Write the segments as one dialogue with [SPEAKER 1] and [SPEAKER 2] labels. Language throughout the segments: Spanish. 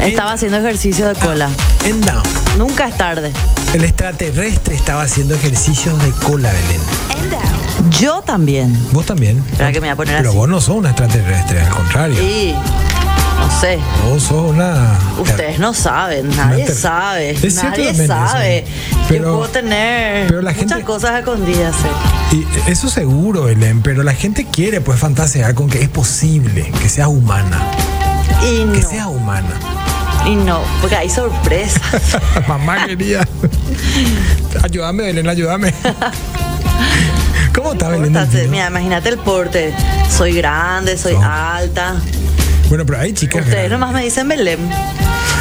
[SPEAKER 1] Estaba haciendo ejercicio
[SPEAKER 2] Ah.
[SPEAKER 1] de cola.
[SPEAKER 2] En down.
[SPEAKER 1] Nunca es tarde.
[SPEAKER 2] El extraterrestre estaba haciendo ejercicios de cola, Belén.
[SPEAKER 1] Yo también.
[SPEAKER 2] Vos también.
[SPEAKER 1] Espera que me voy a poner
[SPEAKER 2] Pero
[SPEAKER 1] así.
[SPEAKER 2] vos no sos una extraterrestre, al contrario.
[SPEAKER 1] Sí. No sé.
[SPEAKER 2] Vos sos una.
[SPEAKER 1] Ustedes no saben, nadie
[SPEAKER 2] te-
[SPEAKER 1] sabe,
[SPEAKER 2] Es cierto
[SPEAKER 1] nadie
[SPEAKER 2] también eso,
[SPEAKER 1] sabe.
[SPEAKER 2] pero-
[SPEAKER 1] Yo puedo tener
[SPEAKER 2] pero la
[SPEAKER 1] muchas
[SPEAKER 2] gente-
[SPEAKER 1] cosas escondidas. eh.
[SPEAKER 2] Y eso seguro, Belén, pero la gente quiere pues fantasear con que es posible que seas humana.
[SPEAKER 1] Y
[SPEAKER 2] Que
[SPEAKER 1] no,
[SPEAKER 2] seas humana.
[SPEAKER 1] y no, porque hay sorpresas.
[SPEAKER 2] Mamá quería. ayúdame, Belén, ayúdame. ¿Cómo está Belén? del
[SPEAKER 1] Estás-
[SPEAKER 2] Pino?
[SPEAKER 1] Mira, imagínate el porte. Soy grande, soy
[SPEAKER 2] No.
[SPEAKER 1] alta.
[SPEAKER 2] Bueno, pero hay chicas.
[SPEAKER 1] Ustedes
[SPEAKER 2] grandes.
[SPEAKER 1] nomás me dicen Belén.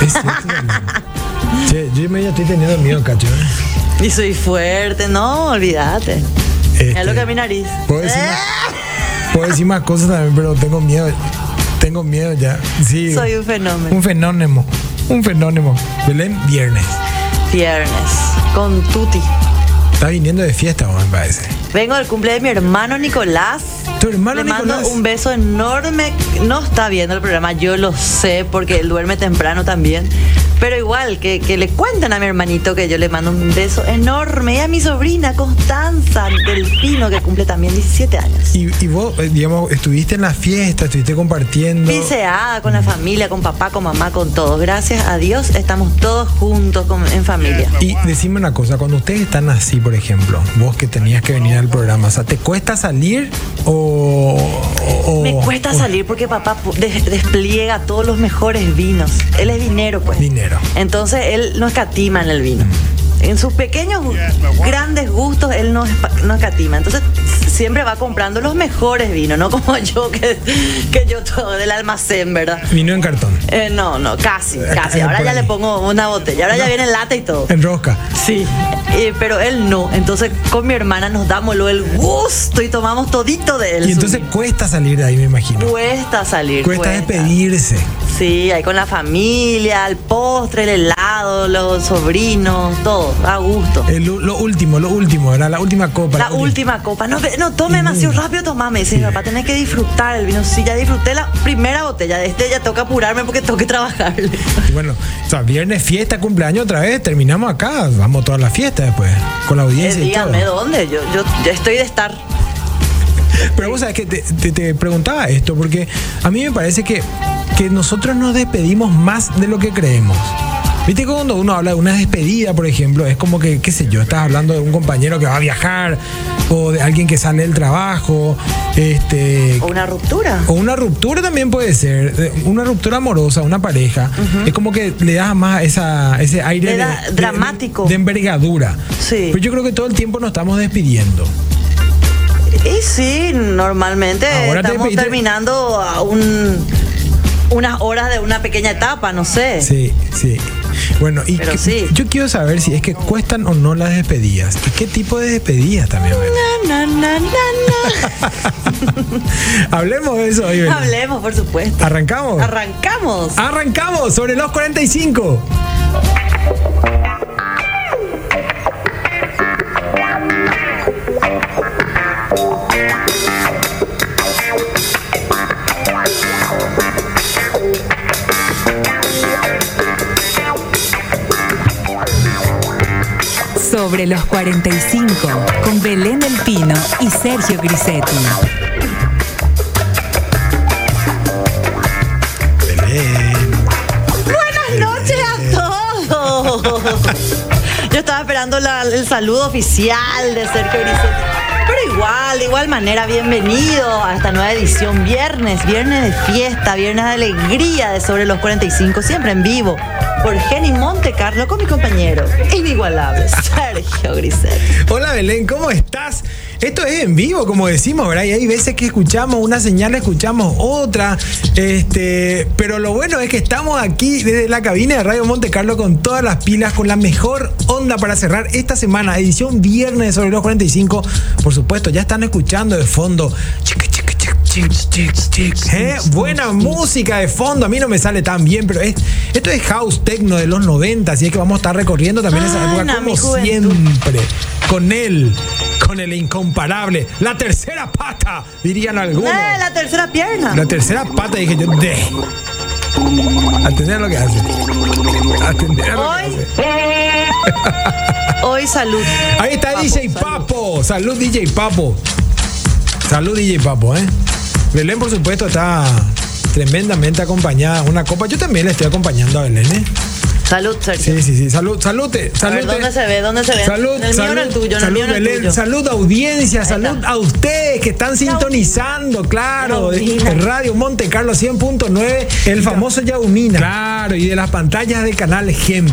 [SPEAKER 2] Es cierto, Belén. Che, yo medio estoy teniendo miedo, cacho. ¿eh?
[SPEAKER 1] Y soy fuerte, no, olvídate.
[SPEAKER 2] Este,
[SPEAKER 1] Mira lo que es mi nariz. Eh,
[SPEAKER 2] Puedo decir, más, puedo decir más cosas también, pero tengo miedo. Tengo miedo ya. Sí.
[SPEAKER 1] Soy un fenómeno.
[SPEAKER 2] un fenómeno. Un fenómeno. Belén, viernes.
[SPEAKER 1] Viernes, con Tuti.
[SPEAKER 2] Está viniendo de fiesta, vos, me parece.
[SPEAKER 1] Vengo del cumple de mi hermano Nicolás.
[SPEAKER 2] Tu hermano
[SPEAKER 1] Le mando
[SPEAKER 2] Nicolás.
[SPEAKER 1] un beso enorme. No está viendo el programa, yo lo sé, porque él duerme temprano también. Pero igual, que, que le cuenten a mi hermanito que yo le mando un beso enorme. Y a mi sobrina Constanza Delfino, que cumple también 17 años.
[SPEAKER 2] Y, y vos, eh, digamos, estuviste en la fiesta, estuviste compartiendo.
[SPEAKER 1] Piseada con la familia, con papá, con mamá, con todos. Gracias a Dios estamos todos juntos con- en familia.
[SPEAKER 2] Y decime una cosa, cuando ustedes están así, por ejemplo, vos que tenías que venir al programa, o sea, ¿te cuesta salir o...? o-
[SPEAKER 1] Me cuesta
[SPEAKER 2] o
[SPEAKER 1] salir porque papá pu- des- despliega todos los mejores vinos. Él es dinero, pues.
[SPEAKER 2] Dinero. Mm.
[SPEAKER 1] Entonces él no escatima en el vino. En sus pequeños, gu- grandes gustos, él no, espa- no escatima. Entonces siempre va comprando los mejores vinos, no como yo, que, que yo todo del almacén, ¿verdad?
[SPEAKER 2] Vino en cartón,
[SPEAKER 1] Eh, no, no, casi, casi. Ahora ya le pongo una botella, ahora ya viene lata y todo.
[SPEAKER 2] en rosca.
[SPEAKER 1] Sí, eh, pero él no. Entonces con mi hermana nos damos lo el gusto y tomamos todito de él.
[SPEAKER 2] Y entonces
[SPEAKER 1] Su-
[SPEAKER 2] cuesta salir de ahí, me imagino.
[SPEAKER 1] cuesta salir.
[SPEAKER 2] Cuesta despedirse.
[SPEAKER 1] Sí, ahí con la familia, el postre, el helado, los sobrinos, todo, a gusto.
[SPEAKER 2] Eh, lo, lo último, lo último, era la última copa.
[SPEAKER 1] La última copa. No, ve- no tome
[SPEAKER 2] Mm.
[SPEAKER 1] demasiado rápido, tomame. Dice, papá, tenés que disfrutar el vino. Sí, ya disfruté la primera botella. De este ya toca apurarme porque tengo que trabajar.
[SPEAKER 2] Y Bueno, o sea, viernes fiesta, cumpleaños otra vez, terminamos acá, vamos toda la fiesta después, con la
[SPEAKER 1] Eh,
[SPEAKER 2] audiencia y todo.
[SPEAKER 1] dígame dónde. Yo, yo, yo estoy de estar.
[SPEAKER 2] Pero vos sabés que te, te- te preguntaba esto, porque a mí me parece que, que nosotros nos despedimos más de lo que creemos. Viste que cuando uno habla de una despedida, por ejemplo, es como que, qué sé yo, estás hablando de un compañero que va a viajar, o de alguien que sale del trabajo, este,
[SPEAKER 1] O una ruptura.
[SPEAKER 2] o una ruptura también puede ser, eh, una ruptura amorosa, una pareja. Es como que le das más esa, ese aire
[SPEAKER 1] Le
[SPEAKER 2] de-
[SPEAKER 1] da
[SPEAKER 2] de-
[SPEAKER 1] dramático.
[SPEAKER 2] De, envergadura.
[SPEAKER 1] Sí.
[SPEAKER 2] Pero yo creo que todo el tiempo nos estamos despidiendo.
[SPEAKER 1] Y sí, normalmente
[SPEAKER 2] Ahora te
[SPEAKER 1] estamos
[SPEAKER 2] pediste-
[SPEAKER 1] terminando a un, unas horas de una pequeña etapa, no sé.
[SPEAKER 2] Sí, sí. Bueno, y
[SPEAKER 1] Pero
[SPEAKER 2] que-
[SPEAKER 1] sí.
[SPEAKER 2] yo quiero saber si es que cuestan o no las despedidas. ¿Y qué tipo de despedidas también? Belén?
[SPEAKER 1] Na, na, na, na.
[SPEAKER 2] Hablemos de eso hoy, Belén.
[SPEAKER 1] Hablemos, por supuesto.
[SPEAKER 2] ¿Arrancamos?
[SPEAKER 1] Arrancamos.
[SPEAKER 2] Arrancamos sobre los 45.
[SPEAKER 3] Sobre los 45, con Belén El Pino y Sergio Grisetti.
[SPEAKER 1] Buenas noches a todos. Yo estaba esperando la- el saludo oficial de Sergio Grisetti. Pero igual, de igual manera, bienvenido a esta nueva edición. Viernes, viernes de fiesta, viernes de alegría de Sobre los 45, siempre en vivo. Por Jenny Monte Carlo con mi compañero inigualable, Sergio Grisetti.
[SPEAKER 2] Hola Belén, ¿cómo estás? Esto es en vivo, como decimos, ¿verdad? Y hay veces que escuchamos una señal, escuchamos otra. Este, pero lo bueno es que estamos aquí desde la cabina de Radio Monte Carlo con todas las pilas, con la mejor onda para cerrar esta semana, edición viernes de sobre los 45. Por supuesto, ya están escuchando de fondo. Chiqui, chiqui, chiqui, chiqui, chiqui, chiqui. Eh, Buena música de fondo, a mí no me sale tan bien, pero es, esto es house techno de los 90, así es que vamos a estar recorriendo también esa
[SPEAKER 1] Ay,
[SPEAKER 2] época
[SPEAKER 1] na, mi
[SPEAKER 2] como
[SPEAKER 1] juventud.
[SPEAKER 2] siempre siempre con él, con el incomparable, la tercera pata, dirían algunos.
[SPEAKER 1] Eh, la tercera pierna.
[SPEAKER 2] La tercera pata, dije yo, de. Atender lo que hace. Atender lo que
[SPEAKER 1] Hoy.
[SPEAKER 2] hace.
[SPEAKER 1] Hoy salud.
[SPEAKER 2] Ahí está DJ Papo. Salud, DJ Papo. Salud, DJ Papo, ¿eh? Belén, por supuesto, está tremendamente acompañada. Una copa. Yo también le estoy acompañando a Belén, ¿eh?
[SPEAKER 1] Salud, Sergio.
[SPEAKER 2] Sí, sí, sí. Salud, salute, salute.
[SPEAKER 1] ver, ¿dónde se ve? ¿Dónde se ve?
[SPEAKER 2] Salud,
[SPEAKER 1] En el mío,
[SPEAKER 2] salud,
[SPEAKER 1] en el tuyo, en el
[SPEAKER 2] salud,
[SPEAKER 1] mío, en el
[SPEAKER 2] Belén.
[SPEAKER 1] tuyo.
[SPEAKER 2] Salud, audiencia. Salud
[SPEAKER 1] está.
[SPEAKER 2] a ustedes que están sintonizando, claro. de
[SPEAKER 1] Yaumina.
[SPEAKER 2] Radio Monte Carlo 100.9, el famoso Yaumina. Claro, y de las pantallas de Canal Gem.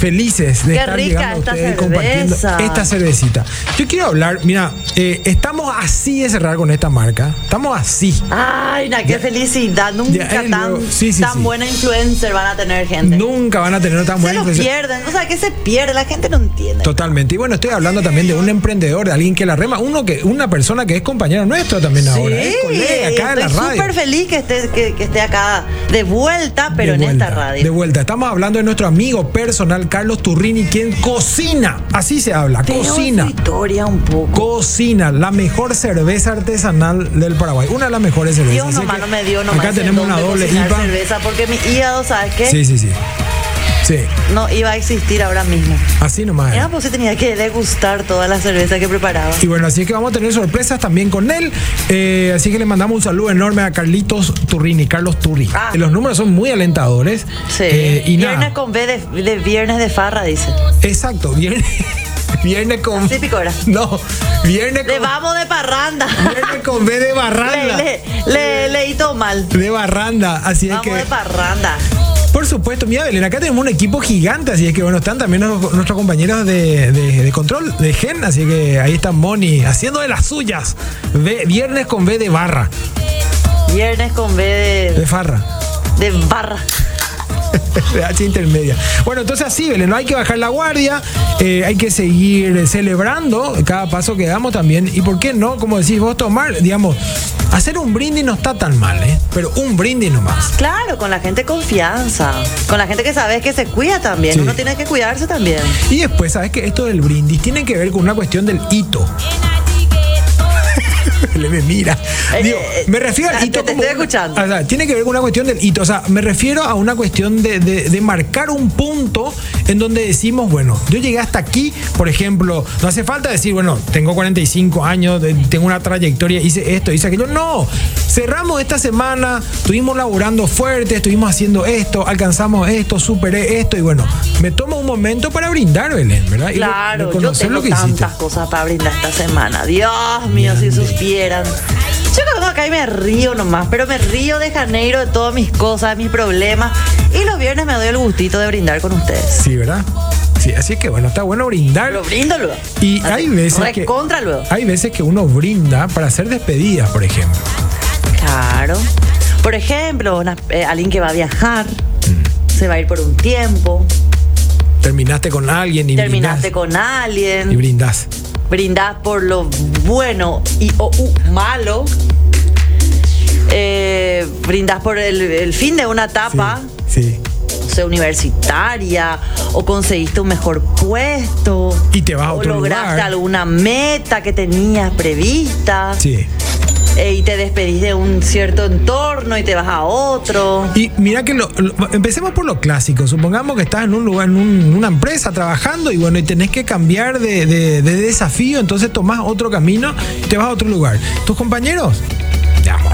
[SPEAKER 2] Felices de
[SPEAKER 1] Qué
[SPEAKER 2] estar
[SPEAKER 1] rica
[SPEAKER 2] llegando a
[SPEAKER 1] esta
[SPEAKER 2] ustedes y
[SPEAKER 1] cerveza.
[SPEAKER 2] compartiendo esta cervecita. Yo quiero hablar, mira, eh, estamos así de cerrar con esta marca. Estamos así.
[SPEAKER 1] Ay, na, qué felicidad. Nunca
[SPEAKER 2] Ya, eh,
[SPEAKER 1] tan,
[SPEAKER 2] luego- sí, sí,
[SPEAKER 1] tan
[SPEAKER 2] sí.
[SPEAKER 1] buena influencer van a tener gente.
[SPEAKER 2] Nunca van a tener tan
[SPEAKER 1] se
[SPEAKER 2] buena
[SPEAKER 1] lo
[SPEAKER 2] impresión.
[SPEAKER 1] pierden. O sea, que se pierde. La gente no entiende.
[SPEAKER 2] Totalmente. Y bueno, estoy hablando también de un emprendedor, de alguien que la rema, uno que, una persona que es compañero nuestro también ahora, es ¿eh? colega acá en la
[SPEAKER 1] estoy
[SPEAKER 2] radio.
[SPEAKER 1] súper feliz que esté, que, que esté acá de vuelta, pero
[SPEAKER 2] De
[SPEAKER 1] en
[SPEAKER 2] vuelta,
[SPEAKER 1] esta radio.
[SPEAKER 2] De vuelta. Estamos hablando de nuestro amigo personal Carlos Turrini, quien cocina. Así se habla,
[SPEAKER 1] Veo
[SPEAKER 2] cocina.
[SPEAKER 1] su historia un poco.
[SPEAKER 2] Cocina, la mejor cerveza artesanal del Paraguay. Una de las mejores cervezas.
[SPEAKER 1] Dios
[SPEAKER 2] Pues Así
[SPEAKER 1] nomás
[SPEAKER 2] que
[SPEAKER 1] no me dio nomás.
[SPEAKER 2] Acá
[SPEAKER 1] ese
[SPEAKER 2] tenemos
[SPEAKER 1] don
[SPEAKER 2] una
[SPEAKER 1] de
[SPEAKER 2] doble
[SPEAKER 1] cocinar
[SPEAKER 2] IPA.
[SPEAKER 1] cerveza porque mi hígado, ¿sabes qué?
[SPEAKER 2] Sí, sí, sí. Sí,
[SPEAKER 1] No iba a existir ahora mismo.
[SPEAKER 2] así nomás. es.
[SPEAKER 1] Era porque tenía que degustar todas las cervezas que preparaba.
[SPEAKER 2] Y bueno, así es que vamos a tener sorpresas también con él. Eh, así que le mandamos un saludo enorme a Carlitos Turrini, Carlos Turri.
[SPEAKER 1] Ah.
[SPEAKER 2] Eh, Los números son muy alentadores.
[SPEAKER 1] Sí.
[SPEAKER 2] Eh, y
[SPEAKER 1] viernes
[SPEAKER 2] nada. Ah.
[SPEAKER 1] con B de, de viernes de farra, dice.
[SPEAKER 2] Exacto, viernes. Viernes con.
[SPEAKER 1] Típico era.
[SPEAKER 2] No, viernes
[SPEAKER 1] Le
[SPEAKER 2] con.
[SPEAKER 1] vamos de parranda.
[SPEAKER 2] Viernes con B de
[SPEAKER 1] le,
[SPEAKER 2] barranda.
[SPEAKER 1] le, le- leíto mal.
[SPEAKER 2] De barranda. Así es
[SPEAKER 1] Vamos
[SPEAKER 2] que.
[SPEAKER 1] de parranda.
[SPEAKER 2] Por supuesto, mira Belén, acá tenemos un equipo gigante, así es que bueno, están también nos- nuestros compañeros de, de- de control de Gen, así que ahí está Moni haciendo de las suyas. Ve- viernes con B de barra,
[SPEAKER 1] Viernes con B de,
[SPEAKER 2] de farra.
[SPEAKER 1] de barra.
[SPEAKER 2] de H intermedia. Bueno, entonces así, Belén, no hay que bajar la guardia, eh, hay que seguir celebrando cada paso que damos también. Y por qué no, como decís vos, tomar, digamos, hacer un brindis no está tan mal, ¿eh? Pero un brindis nomás.
[SPEAKER 1] Claro, con la gente confianza. Con la gente que sabes que se cuida también.
[SPEAKER 2] Sí.
[SPEAKER 1] Uno tiene que cuidarse también.
[SPEAKER 2] Y después, ¿sabes que Esto del brindis tiene que ver con una cuestión del hito. Belén me mira.
[SPEAKER 1] Eh,
[SPEAKER 2] Digo,
[SPEAKER 1] eh,
[SPEAKER 2] me refiero al
[SPEAKER 1] te-
[SPEAKER 2] hito
[SPEAKER 1] te
[SPEAKER 2] como
[SPEAKER 1] estoy
[SPEAKER 2] una-
[SPEAKER 1] escuchando.
[SPEAKER 2] o sea, tiene que ver con una cuestión del hito. O sea, me refiero a una cuestión de, de- de marcar un punto en donde decimos, bueno, yo llegué hasta aquí, por ejemplo, no hace falta decir, bueno, tengo 45 años, de- tengo una trayectoria, hice esto, hice aquello. No, cerramos esta semana, estuvimos laburando fuerte, estuvimos haciendo esto, alcanzamos esto, superé esto y bueno, me tomo un momento para brindar, Belén, ¿verdad? Y re-
[SPEAKER 1] Claro, yo
[SPEAKER 2] reconocer
[SPEAKER 1] tengo tantas cosas para brindar esta semana. Dios mío, si supieran. Yo vengo acá y me río nomás, pero me río de Janeiro de todas mis cosas, de mis problemas. Y los viernes me doy el gustito de brindar con ustedes.
[SPEAKER 2] Sí, ¿verdad? Sí, así que bueno, está bueno brindar.
[SPEAKER 1] Lo brindo luego.
[SPEAKER 2] Y hay veces que
[SPEAKER 1] Recontra luego.
[SPEAKER 2] hay veces que uno brinda para hacer despedidas, por ejemplo.
[SPEAKER 1] Claro. Por ejemplo, una- eh, alguien que va a viajar, se va a ir por un tiempo,
[SPEAKER 2] Terminaste con alguien y
[SPEAKER 1] terminaste con
[SPEAKER 2] brindás, y
[SPEAKER 1] alguien,
[SPEAKER 2] brindás.
[SPEAKER 1] brindás por lo bueno y o u- malo, eh, brindás por el, el fin de una
[SPEAKER 2] Sí,
[SPEAKER 1] etapa,
[SPEAKER 2] sí.
[SPEAKER 1] o sea, universitaria, o conseguiste un mejor puesto,
[SPEAKER 2] Y te vas a
[SPEAKER 1] o
[SPEAKER 2] otro
[SPEAKER 1] lograste
[SPEAKER 2] lugar.
[SPEAKER 1] alguna meta que tenías prevista,
[SPEAKER 2] Sí.
[SPEAKER 1] eh, y te despedís de un cierto entorno y te vas a otro.
[SPEAKER 2] Y mira que lo, lo- empecemos por lo clásico. Supongamos que estás en un lugar, en un- una empresa trabajando y bueno, y tenés que cambiar de, de- de desafío, entonces tomás otro camino, te vas a otro lugar. ¿Tus compañeros? Digamos,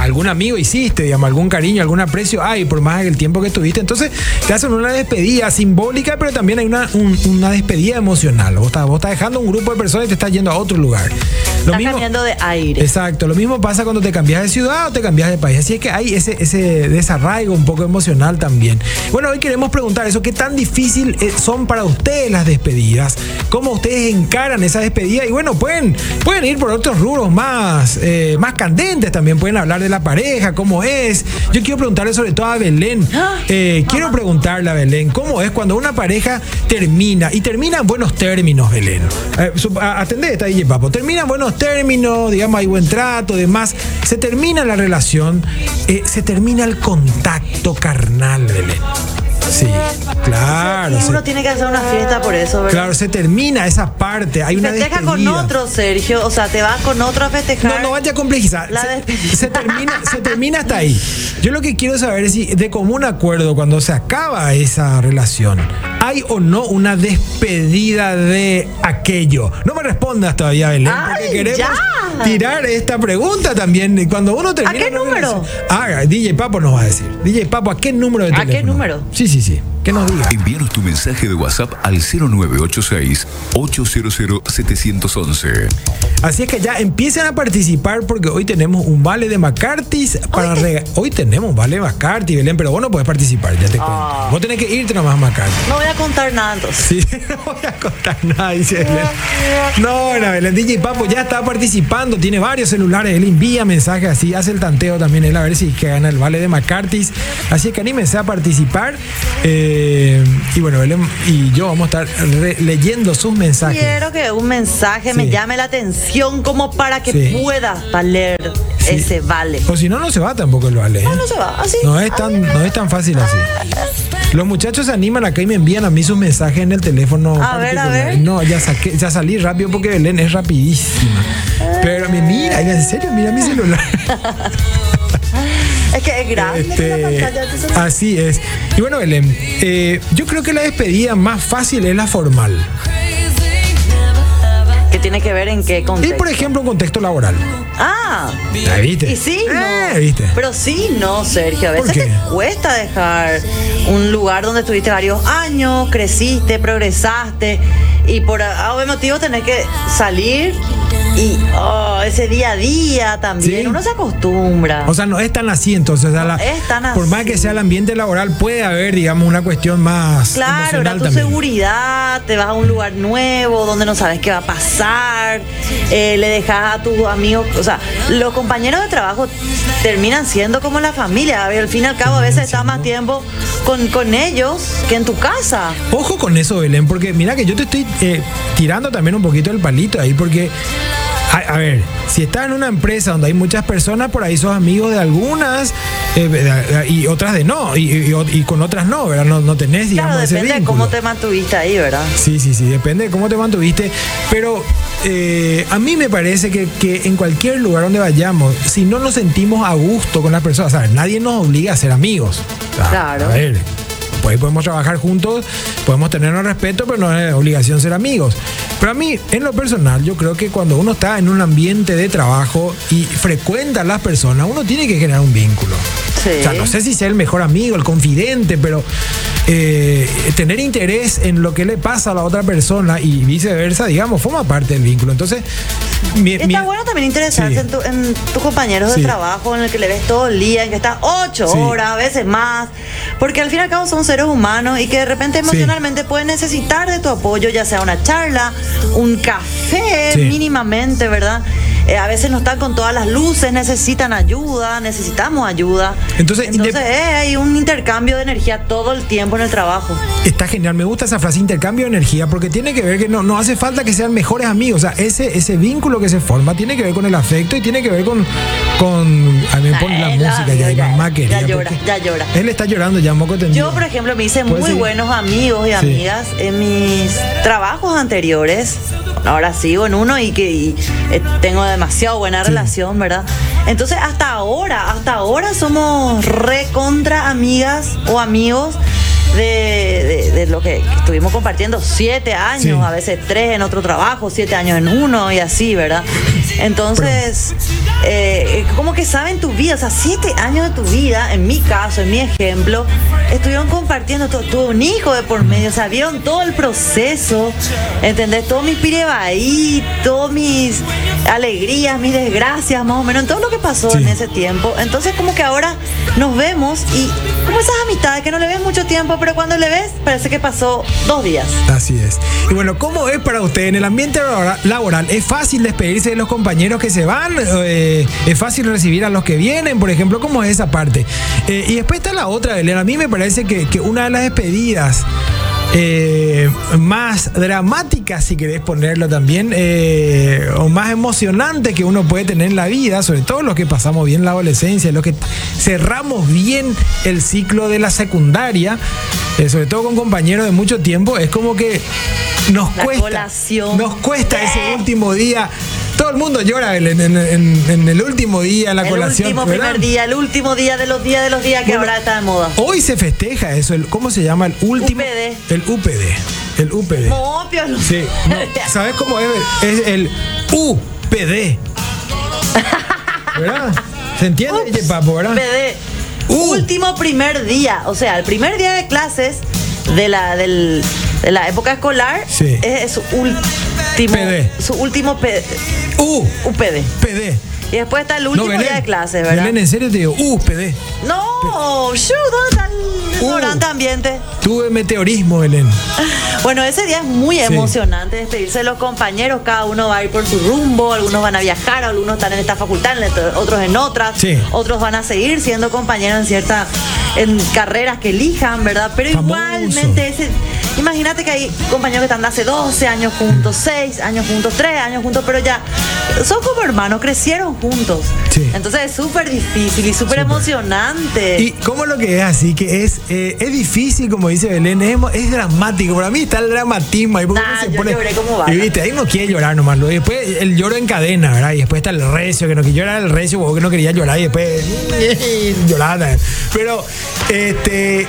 [SPEAKER 2] algún amigo hiciste, digamos, algún cariño, algún aprecio hay por más el tiempo que estuviste. Entonces te hacen una despedida simbólica, pero también hay una, un- una despedida emocional. Vos estás, vos estás dejando un grupo de personas y te estás yendo a otro lugar. Lo
[SPEAKER 1] Estás
[SPEAKER 2] mismo-
[SPEAKER 1] cambiando de aire.
[SPEAKER 2] Exacto, lo mismo pasa cuando te cambias de ciudad o te cambias de país. Así es que hay ese, ese desarraigo un poco emocional también. Bueno, hoy queremos preguntar eso, ¿qué tan difícil eh, son para ustedes las despedidas? ¿Cómo ustedes encaran esa despedida? Y bueno, pueden, pueden ir por otros rubros más, eh, más candentes también, pueden hablar de la pareja, cómo es. Yo quiero preguntarle sobre todo a Belén.
[SPEAKER 1] Ah,
[SPEAKER 2] Eh, quiero preguntarle a Belén, ¿cómo es cuando una pareja termina? Y termina en buenos términos, Belén. Eh, sup- a- atendé esta DJ Papo. Termina en buenos términos, digamos, hay buen trato, demás. Se termina la relación, eh, se termina el contacto carnal, Belén. Sí, claro.
[SPEAKER 1] uno
[SPEAKER 2] se-
[SPEAKER 1] tiene que hacer una fiesta por eso, ¿verdad?
[SPEAKER 2] claro, se termina esa parte. Hay una
[SPEAKER 1] Festeja con
[SPEAKER 2] despedida.
[SPEAKER 1] otro, Sergio. O sea, te vas con otro a festejar.
[SPEAKER 2] No, no vaya a complejizar.
[SPEAKER 1] La
[SPEAKER 2] Se,
[SPEAKER 1] despedida.
[SPEAKER 2] se termina, se termina hasta ahí. Yo lo que quiero saber es si de común acuerdo, cuando se acaba esa relación, ¿hay o no una despedida de aquello? No me respondas todavía, Belén, porque
[SPEAKER 1] Ay,
[SPEAKER 2] queremos
[SPEAKER 1] ya.
[SPEAKER 2] tirar esta pregunta también. Y Cuando uno termina.
[SPEAKER 1] qué
[SPEAKER 2] una
[SPEAKER 1] número?
[SPEAKER 2] relación- Ah, DJ Papo nos va a decir. DJ Papo, ¿a qué número de
[SPEAKER 1] ¿A qué
[SPEAKER 2] teléfono?
[SPEAKER 1] número?
[SPEAKER 2] Sí, sí, sí. Que nos diga.
[SPEAKER 4] Envíanos tu mensaje de WhatsApp al 0986-800-711.
[SPEAKER 2] Así es que ya empiecen a participar porque hoy tenemos un vale de McCarthy's para
[SPEAKER 1] Hoy
[SPEAKER 2] hoy,
[SPEAKER 1] te-
[SPEAKER 2] hoy tenemos vale de McCarthy, Belén, pero vos no podés participar, ya te cuento.
[SPEAKER 1] Ah.
[SPEAKER 2] Vos tenés que irte nomás a McCarthy.
[SPEAKER 1] No voy a contar nada entonces.
[SPEAKER 2] Sí, no voy a contar nada, dice Belén. No, no, Belén, DJ Papo ya está participando, tiene varios celulares, él envía mensajes así, hace el tanteo también él a ver si es que gana el vale de McCarthy's. Así que anímense a participar. Eh, y bueno, Belén y yo vamos a estar re- leyendo sus mensajes.
[SPEAKER 1] Quiero que un mensaje me
[SPEAKER 2] Sí.
[SPEAKER 1] llame la atención como para que
[SPEAKER 2] Sí.
[SPEAKER 1] pueda valer
[SPEAKER 2] Sí.
[SPEAKER 1] ese vale.
[SPEAKER 2] O si no, no se va tampoco el vale. ¿eh?
[SPEAKER 1] No, no se va. Así.
[SPEAKER 2] No es tan, no es tan fácil así. Los muchachos se animan acá y me envían a mí sus mensajes en el teléfono.
[SPEAKER 1] A ver,
[SPEAKER 2] particular.
[SPEAKER 1] a ver.
[SPEAKER 2] No, ya saqué, ya salí rápido porque Belén es rapidísima. Pero me mira, y en serio, mira mi celular.
[SPEAKER 1] Es que es grande la
[SPEAKER 2] Este,
[SPEAKER 1] pantalla de tu celular.
[SPEAKER 2] así es. Y bueno, Belén, eh, yo creo que la despedida más fácil es la formal.
[SPEAKER 1] Que tiene que ver en qué
[SPEAKER 2] ah. Y
[SPEAKER 1] contexto.
[SPEAKER 2] por ejemplo, en contexto laboral.
[SPEAKER 1] Ah,
[SPEAKER 2] ¿La viste?
[SPEAKER 1] y sí,
[SPEAKER 2] Eh,
[SPEAKER 1] no.
[SPEAKER 2] ¿viste?
[SPEAKER 1] Pero sí, no, Sergio. A
[SPEAKER 2] ¿Por
[SPEAKER 1] veces
[SPEAKER 2] qué?
[SPEAKER 1] te cuesta dejar un lugar donde estuviste varios años, creciste, progresaste y por algún motivo tenés que salir y oh, ese día a día también.
[SPEAKER 2] Sí.
[SPEAKER 1] Uno se acostumbra.
[SPEAKER 2] O sea, no es tan así, entonces. a la-
[SPEAKER 1] es tan
[SPEAKER 2] Por más
[SPEAKER 1] así.
[SPEAKER 2] que sea el ambiente laboral, puede haber, digamos, una cuestión más.
[SPEAKER 1] Claro, era
[SPEAKER 2] emocional
[SPEAKER 1] tu
[SPEAKER 2] también.
[SPEAKER 1] seguridad, te vas a un lugar nuevo donde no sabes qué va a pasar, eh, le dejas a tus amigos, o sea, los compañeros de trabajo terminan siendo como la familia, a ver, al fin y al cabo a veces estás más tiempo con, con ellos que en tu casa.
[SPEAKER 2] Ojo con eso, Belén, porque mira que yo te estoy eh, tirando también un poquito el palito ahí, porque. A, a ver, si estás en una empresa donde hay muchas personas, por ahí sos amigos de algunas eh, de- y otras de no, y, y- y con otras no, ¿verdad? No, no tenés, digamos,
[SPEAKER 1] Claro,
[SPEAKER 2] ese
[SPEAKER 1] depende de
[SPEAKER 2] vínculo.
[SPEAKER 1] cómo te mantuviste ahí, ¿verdad?
[SPEAKER 2] Sí, sí, sí, depende de cómo te mantuviste. Pero eh, a mí me parece que, que en cualquier lugar donde vayamos, si no nos sentimos a gusto con las personas, ¿sabes? nadie nos obliga a ser amigos. Ah,
[SPEAKER 1] Claro.
[SPEAKER 2] A ver, pues podemos trabajar juntos, podemos tenernos respeto, pero no es obligación ser amigos. Pero a mí, en lo personal, yo creo que cuando uno está en un ambiente de trabajo y frecuenta a las personas, uno tiene que generar un vínculo.
[SPEAKER 1] Sí.
[SPEAKER 2] O sea, no sé si sea el mejor amigo, el confidente, pero eh, tener interés en lo que le pasa a la otra persona y viceversa, digamos, forma parte del vínculo. Entonces, mi-
[SPEAKER 1] Y
[SPEAKER 2] mi-
[SPEAKER 1] está bueno también interesarse
[SPEAKER 2] Sí.
[SPEAKER 1] en, tu- en tus compañeros
[SPEAKER 2] Sí.
[SPEAKER 1] de trabajo, en el que le ves todo el día, en que estás ocho
[SPEAKER 2] Sí.
[SPEAKER 1] horas, a veces más, porque al fin y al cabo son seres humanos y que de repente emocionalmente pueden necesitar de tu apoyo, ya sea una charla, un café
[SPEAKER 2] Sí.
[SPEAKER 1] mínimamente, ¿verdad? Eh, a veces no están con todas las luces, necesitan ayuda, necesitamos ayuda.
[SPEAKER 2] Entonces, indep-
[SPEAKER 1] Entonces eh, hay un intercambio de energía todo el tiempo en el trabajo.
[SPEAKER 2] Está genial, me gusta esa frase intercambio de energía porque tiene que ver que no, no hace falta que sean mejores amigos, o sea, ese, ese vínculo que se forma tiene que ver con el afecto y tiene que ver con... con a mí me pone la
[SPEAKER 1] Ay,
[SPEAKER 2] música
[SPEAKER 1] amigo,
[SPEAKER 2] ya, y mamá querida.
[SPEAKER 1] eh, ya llora,
[SPEAKER 2] porque
[SPEAKER 1] ya llora.
[SPEAKER 2] Él está llorando ya, moco tendido.
[SPEAKER 1] Yo, por ejemplo, me hice
[SPEAKER 2] Pues
[SPEAKER 1] muy
[SPEAKER 2] sí.
[SPEAKER 1] buenos amigos y amigas en mis trabajos anteriores. Ahora sigo en uno y que y, eh, tengo demasiado buena relación, ¿verdad? Entonces, hasta ahora, hasta ahora somos recontra amigas o amigos. De, de- de lo que estuvimos compartiendo siete años,
[SPEAKER 2] Sí.
[SPEAKER 1] a veces tres en otro trabajo, siete años en uno y así, ¿verdad? Entonces, eh, como que saben tu vida, o sea, siete años de tu vida, en mi caso, en mi ejemplo, estuvieron compartiendo, tu- tuve un hijo de por medio, o sea, vieron todo el proceso, ¿entendés? Todo mi pirebaí, todas mis alegrías, mis desgracias, más o menos, en todo lo que pasó
[SPEAKER 2] Sí.
[SPEAKER 1] en ese tiempo. Entonces, como que ahora nos vemos y como esas amistades que no le ves mucho tiempo, pero cuando le ves, parece que pasó dos días.
[SPEAKER 2] Así es. Y bueno, ¿cómo es para usted en el ambiente labora- laboral? ¿Es fácil despedirse de los compañeros que se van? Eh, ¿Es fácil recibir a los que vienen? Por ejemplo, ¿cómo es esa parte? Eh, y después está la otra, Belén. A mí me parece que, que una de las despedidas eh, más dramáticas, si querés ponerlo también, eh, o más emocionante que uno puede tener en la vida, sobre todo los que pasamos bien la adolescencia, los que cerramos bien el ciclo de la secundaria, eh, sobre todo con compañeros de mucho tiempo, es como que nos
[SPEAKER 1] La
[SPEAKER 2] cuesta.
[SPEAKER 1] colación.
[SPEAKER 2] Nos cuesta ese último día. Todo el mundo llora en, en- en- en el último día, en la
[SPEAKER 1] el
[SPEAKER 2] colación.
[SPEAKER 1] último
[SPEAKER 2] ¿verdad?
[SPEAKER 1] primer día, el último día de los días de los días que
[SPEAKER 2] Bueno,
[SPEAKER 1] ahora está de moda.
[SPEAKER 2] Hoy se festeja eso, el, ¿cómo se llama? El último.
[SPEAKER 1] UPD.
[SPEAKER 2] El UPD. El UPD.
[SPEAKER 1] Como opio, ¿no?
[SPEAKER 2] Sí. no, ¿Sabes cómo es? Es el UPD. ¿Verdad? ¿Se entiende,
[SPEAKER 1] Ups,
[SPEAKER 2] Papo, verdad?
[SPEAKER 1] PD.
[SPEAKER 2] Uh.
[SPEAKER 1] Último primer día, o sea, el primer día de clases de la del- de la época escolar
[SPEAKER 2] Sí.
[SPEAKER 1] es su último
[SPEAKER 2] PD.
[SPEAKER 1] su último P-
[SPEAKER 2] UPD.
[SPEAKER 1] UPD. Y después está el último
[SPEAKER 2] no, Belén.
[SPEAKER 1] día de clases, ¿verdad?
[SPEAKER 2] Belén, en serio te digo, UPD.
[SPEAKER 1] No, shoo, ¿dónde está
[SPEAKER 2] Uh.
[SPEAKER 1] el ignorante ambiente?
[SPEAKER 2] Tuve meteorismo, Belén.
[SPEAKER 1] Bueno, ese día es muy emocionante despedirse de los compañeros, cada uno va a ir por su rumbo, algunos van a viajar, algunos están en esta facultad, en otro- otros en otras,
[SPEAKER 2] Sí.
[SPEAKER 1] otros van a seguir siendo compañeros en ciertas en carreras que elijan, ¿verdad? Pero
[SPEAKER 2] Famoso.
[SPEAKER 1] igualmente ese imagínate que hay compañeros que están hace 12 años
[SPEAKER 2] Mm.
[SPEAKER 1] juntos, 6 años juntos, 3 años juntos, pero ya son como hermanos, crecieron juntos.
[SPEAKER 2] Sí.
[SPEAKER 1] Entonces es súper difícil y súper emocionante.
[SPEAKER 2] ¿Y cómo lo que es así? Que es, eh, es difícil, como dice Belén, es, emo- es dramático. Para mí está el dramatismo. Ahí porque
[SPEAKER 1] Nah,
[SPEAKER 2] uno
[SPEAKER 1] yo lloré como vaca.
[SPEAKER 2] y viste, ahí uno quiere llorar nomás. luego. Y después el lloro en cadena, ¿verdad? Y después está el recio, que no quería llorar el recio, vos que no quería llorar y después llorar. también. Pero, este,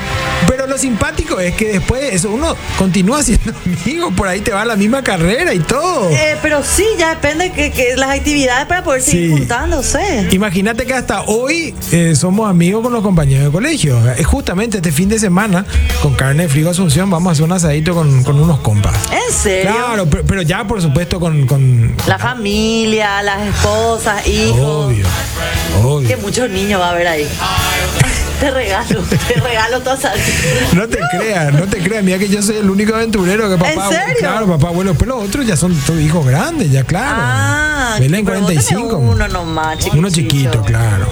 [SPEAKER 2] pero lo simpático es que después de eso uno continúa siendo amigo, por ahí te va la misma carrera y todo.
[SPEAKER 1] Eh, pero sí, ya depende que, que las actividades para poder seguir
[SPEAKER 2] Sí.
[SPEAKER 1] juntándose.
[SPEAKER 2] Imagínate que hasta hoy eh, somos amigos con los compañeros de colegio. Eh, Justamente este fin de semana, con carne de frigo Asunción, vamos a hacer un asadito con, con unos compas.
[SPEAKER 1] ¿En serio?
[SPEAKER 2] Claro, pero, pero ya por supuesto con... con
[SPEAKER 1] La familia, las esposas, hijos.
[SPEAKER 2] obvio,
[SPEAKER 1] Que
[SPEAKER 2] obvio.
[SPEAKER 1] muchos niños va a haber ahí. te regalo, te regalo todas esas-
[SPEAKER 2] No te creas, no te creas. Mira que yo soy el único aventurero que papá...
[SPEAKER 1] serio?
[SPEAKER 2] Claro, papá, abuelo. Pero los otros ya son todos hijos grandes, ya claro.
[SPEAKER 1] Ah,
[SPEAKER 2] Belén
[SPEAKER 1] pero vos tenés
[SPEAKER 2] 45.
[SPEAKER 1] Uno nomás, chiquitito.
[SPEAKER 2] Uno chiquito, claro.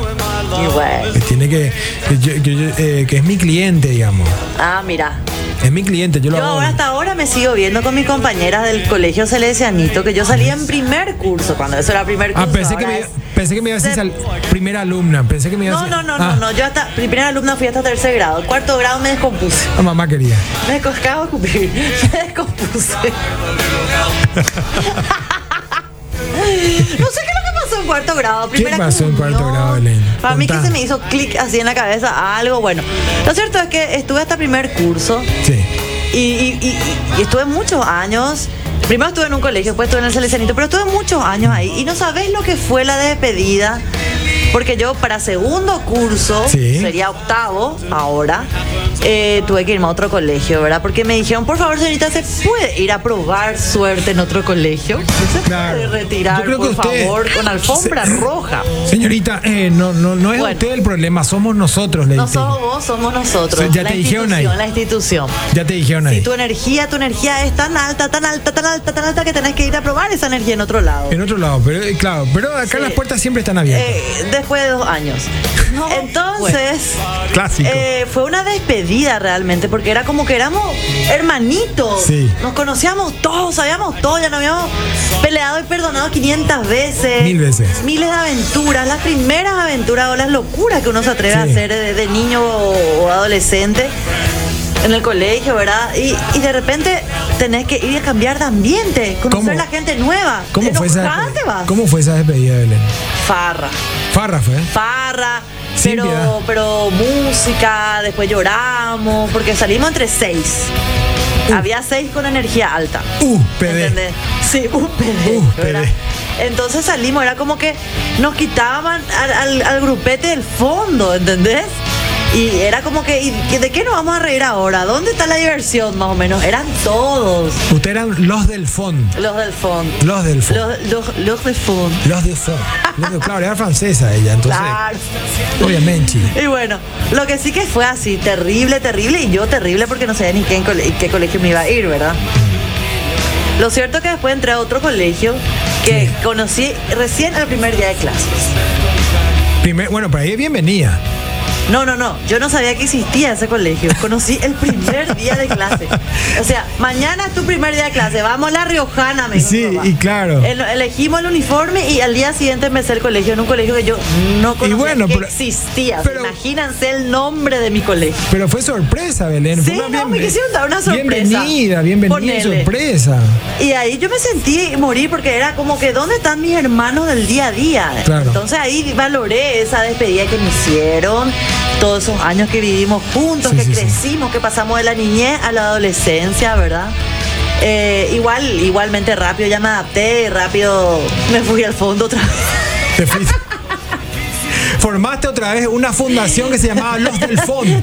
[SPEAKER 1] Y bueno.
[SPEAKER 2] Que tiene que... Que, yo- que yo- eh, que es mi cliente, digamos.
[SPEAKER 1] Ah, mira.
[SPEAKER 2] Es mi cliente, yo lo
[SPEAKER 1] Yo
[SPEAKER 2] hago.
[SPEAKER 1] ahora hasta ahora me sigo viendo con mis compañeras del colegio Salesianito, que yo salía en primer curso, cuando eso era primer
[SPEAKER 2] Ah,
[SPEAKER 1] curso.
[SPEAKER 2] pensé que,
[SPEAKER 1] ahora
[SPEAKER 2] me,
[SPEAKER 1] es-
[SPEAKER 2] pensé que me iba a decir
[SPEAKER 1] se-
[SPEAKER 2] sal- primera alumna. Pensé que me iba a
[SPEAKER 1] No,
[SPEAKER 2] decir.
[SPEAKER 1] no, no,
[SPEAKER 2] Ah,
[SPEAKER 1] no, no. Yo hasta mi primera alumna fui hasta tercer grado. El cuarto grado me descompuse.
[SPEAKER 2] ah, mamá quería.
[SPEAKER 1] Me acabo de cumplir. Me descompuse. No sé qué es lo que pasó en cuarto grado. Primera
[SPEAKER 2] pasó en cuarto
[SPEAKER 1] comunión.
[SPEAKER 2] grado, Belén?
[SPEAKER 1] Para mí que
[SPEAKER 2] Contá.
[SPEAKER 1] se me hizo clic así en la cabeza algo. Bueno, lo cierto es que estuve hasta primer curso
[SPEAKER 2] Sí.
[SPEAKER 1] y, y- y- y- y estuve muchos años. Primero estuve en un colegio, después estuve en el Salesianito, pero estuve muchos años ahí. Y no sabés lo que fue la despedida. Porque yo para segundo curso,
[SPEAKER 2] Sí.
[SPEAKER 1] sería octavo ahora, eh, tuve que irme a otro colegio, ¿verdad? Porque me dijeron, por favor, señorita, ¿se puede ir a probar suerte en otro colegio? ¿Se
[SPEAKER 2] Claro.
[SPEAKER 1] puede
[SPEAKER 2] Yo
[SPEAKER 1] retirar,
[SPEAKER 2] creo que
[SPEAKER 1] por
[SPEAKER 2] usted-
[SPEAKER 1] favor, con alfombra
[SPEAKER 2] Se-
[SPEAKER 1] roja?
[SPEAKER 2] Señorita, eh, no, no, no es
[SPEAKER 1] Bueno.
[SPEAKER 2] usted el problema, somos nosotros, le
[SPEAKER 1] No
[SPEAKER 2] dije.
[SPEAKER 1] somos vos, somos nosotros.
[SPEAKER 2] Sí, ya
[SPEAKER 1] la
[SPEAKER 2] te dijeron
[SPEAKER 1] institución,
[SPEAKER 2] ahí.
[SPEAKER 1] la institución.
[SPEAKER 2] Ya te dijeron ahí.
[SPEAKER 1] Si tu energía, tu energía es tan alta, tan alta, tan alta, tan alta que tenés que ir a probar esa energía en otro lado.
[SPEAKER 2] En otro lado, pero eh, claro, pero
[SPEAKER 1] Sí.
[SPEAKER 2] acá las puertas siempre están abiertas.
[SPEAKER 1] Eh, después de dos años. Entonces,
[SPEAKER 2] Clásico.
[SPEAKER 1] eh, fue una despedida realmente, porque era como que éramos hermanitos.
[SPEAKER 2] Sí.
[SPEAKER 1] Nos conocíamos todos, sabíamos todo, ya nos habíamos peleado y perdonado 500 veces.
[SPEAKER 2] Mil veces.
[SPEAKER 1] Miles de aventuras, las primeras aventuras o las locuras que uno se atreve a
[SPEAKER 2] Sí.
[SPEAKER 1] hacer de, de niño o, o adolescente. En el colegio, ¿verdad? Y, y de repente tenés que ir a cambiar de ambiente, conocer
[SPEAKER 2] ¿Cómo?
[SPEAKER 1] la gente nueva. Eh,
[SPEAKER 2] ¿Cómo fue, esa,
[SPEAKER 1] Enojada te vas.
[SPEAKER 2] ¿Cómo fue esa despedida, Belén?
[SPEAKER 1] Farra
[SPEAKER 2] Farra fue. ¿eh?
[SPEAKER 1] farra,
[SPEAKER 2] Sin piedad.
[SPEAKER 1] pero, pero música, después lloramos, porque salimos entre seis. Había seis con energía alta.
[SPEAKER 2] Uh, PD.
[SPEAKER 1] ¿Entendés? Sí, un PD,
[SPEAKER 2] Uh,
[SPEAKER 1] ¿verdad?
[SPEAKER 2] PD.
[SPEAKER 1] Entonces salimos, era como que nos quitaban al, al- al grupete del fondo, ¿entendés? Y era como que, ¿y que- ¿de qué nos vamos a reír ahora? ¿Dónde está la diversión, más o menos? Eran todos
[SPEAKER 2] Ustedes eran los del fondo.
[SPEAKER 1] los del fondo.
[SPEAKER 2] Los del fondo.
[SPEAKER 1] Los, los, los del fondo.
[SPEAKER 2] Los, del fondo. Los del- claro, era francesa ella, entonces.
[SPEAKER 1] Claro.
[SPEAKER 2] Obviamente.
[SPEAKER 1] Y bueno, lo que sí que fue así, terrible, terrible, y yo terrible porque no sabía ni qué, en cole- qué colegio me iba a ir, ¿verdad? Lo cierto es que después entré a otro colegio que conocí recién el primer día de clases.
[SPEAKER 2] Primer- bueno, para ahí es bienvenida.
[SPEAKER 1] No, no, no. Yo no sabía que existía ese colegio. Conocí el primer día de clase. O sea, mañana es tu primer día de clase. Vamos a la Riojana, me dijo
[SPEAKER 2] Sí,
[SPEAKER 1] mi papá.
[SPEAKER 2] y claro.
[SPEAKER 1] El- elegimos el uniforme y al día siguiente empecé el colegio en un colegio que yo no conocía
[SPEAKER 2] bueno,
[SPEAKER 1] que
[SPEAKER 2] pero-
[SPEAKER 1] existía.
[SPEAKER 2] pero-
[SPEAKER 1] Imagínense el nombre de mi colegio.
[SPEAKER 2] Pero fue sorpresa, Belén.
[SPEAKER 1] Sí,
[SPEAKER 2] fue una
[SPEAKER 1] no, me quisieron dar una sorpresa.
[SPEAKER 2] Bienvenida, bienvenida y
[SPEAKER 1] Ponele.
[SPEAKER 2] sorpresa.
[SPEAKER 1] Y ahí yo me sentí morir porque era como que ¿dónde están mis hermanos del día a día?
[SPEAKER 2] Claro.
[SPEAKER 1] Entonces ahí valoré esa despedida que me hicieron, todos esos años que vivimos juntos,
[SPEAKER 2] Sí,
[SPEAKER 1] que
[SPEAKER 2] sí, sí.
[SPEAKER 1] crecimos, que pasamos de la niñez a la adolescencia, ¿verdad? Eh, igual, igualmente rápido ya me adapté, y rápido me fui al fondo otra vez.
[SPEAKER 2] Te fuiste. Formaste otra vez una fundación que se llamaba Los del Fondo.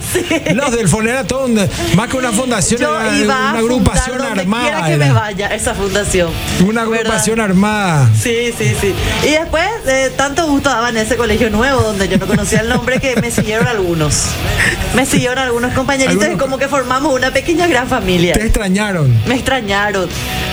[SPEAKER 2] Los del Fondo era todo un- más que una fundación,
[SPEAKER 1] Yo
[SPEAKER 2] era
[SPEAKER 1] iba
[SPEAKER 2] una
[SPEAKER 1] a
[SPEAKER 2] agrupación
[SPEAKER 1] fundar donde
[SPEAKER 2] armada.
[SPEAKER 1] quiera que
[SPEAKER 2] era.
[SPEAKER 1] me vaya esa fundación.
[SPEAKER 2] Una
[SPEAKER 1] ¿verdad?
[SPEAKER 2] agrupación armada.
[SPEAKER 1] Sí, sí, sí. Y después, eh, tanto gusto daba en ese colegio nuevo donde yo no conocía el nombre que me siguieron algunos. Me siguieron algunos compañeritos
[SPEAKER 2] Algunos-
[SPEAKER 1] y como que formamos una pequeña gran familia.
[SPEAKER 2] Te extrañaron.
[SPEAKER 1] Me extrañaron.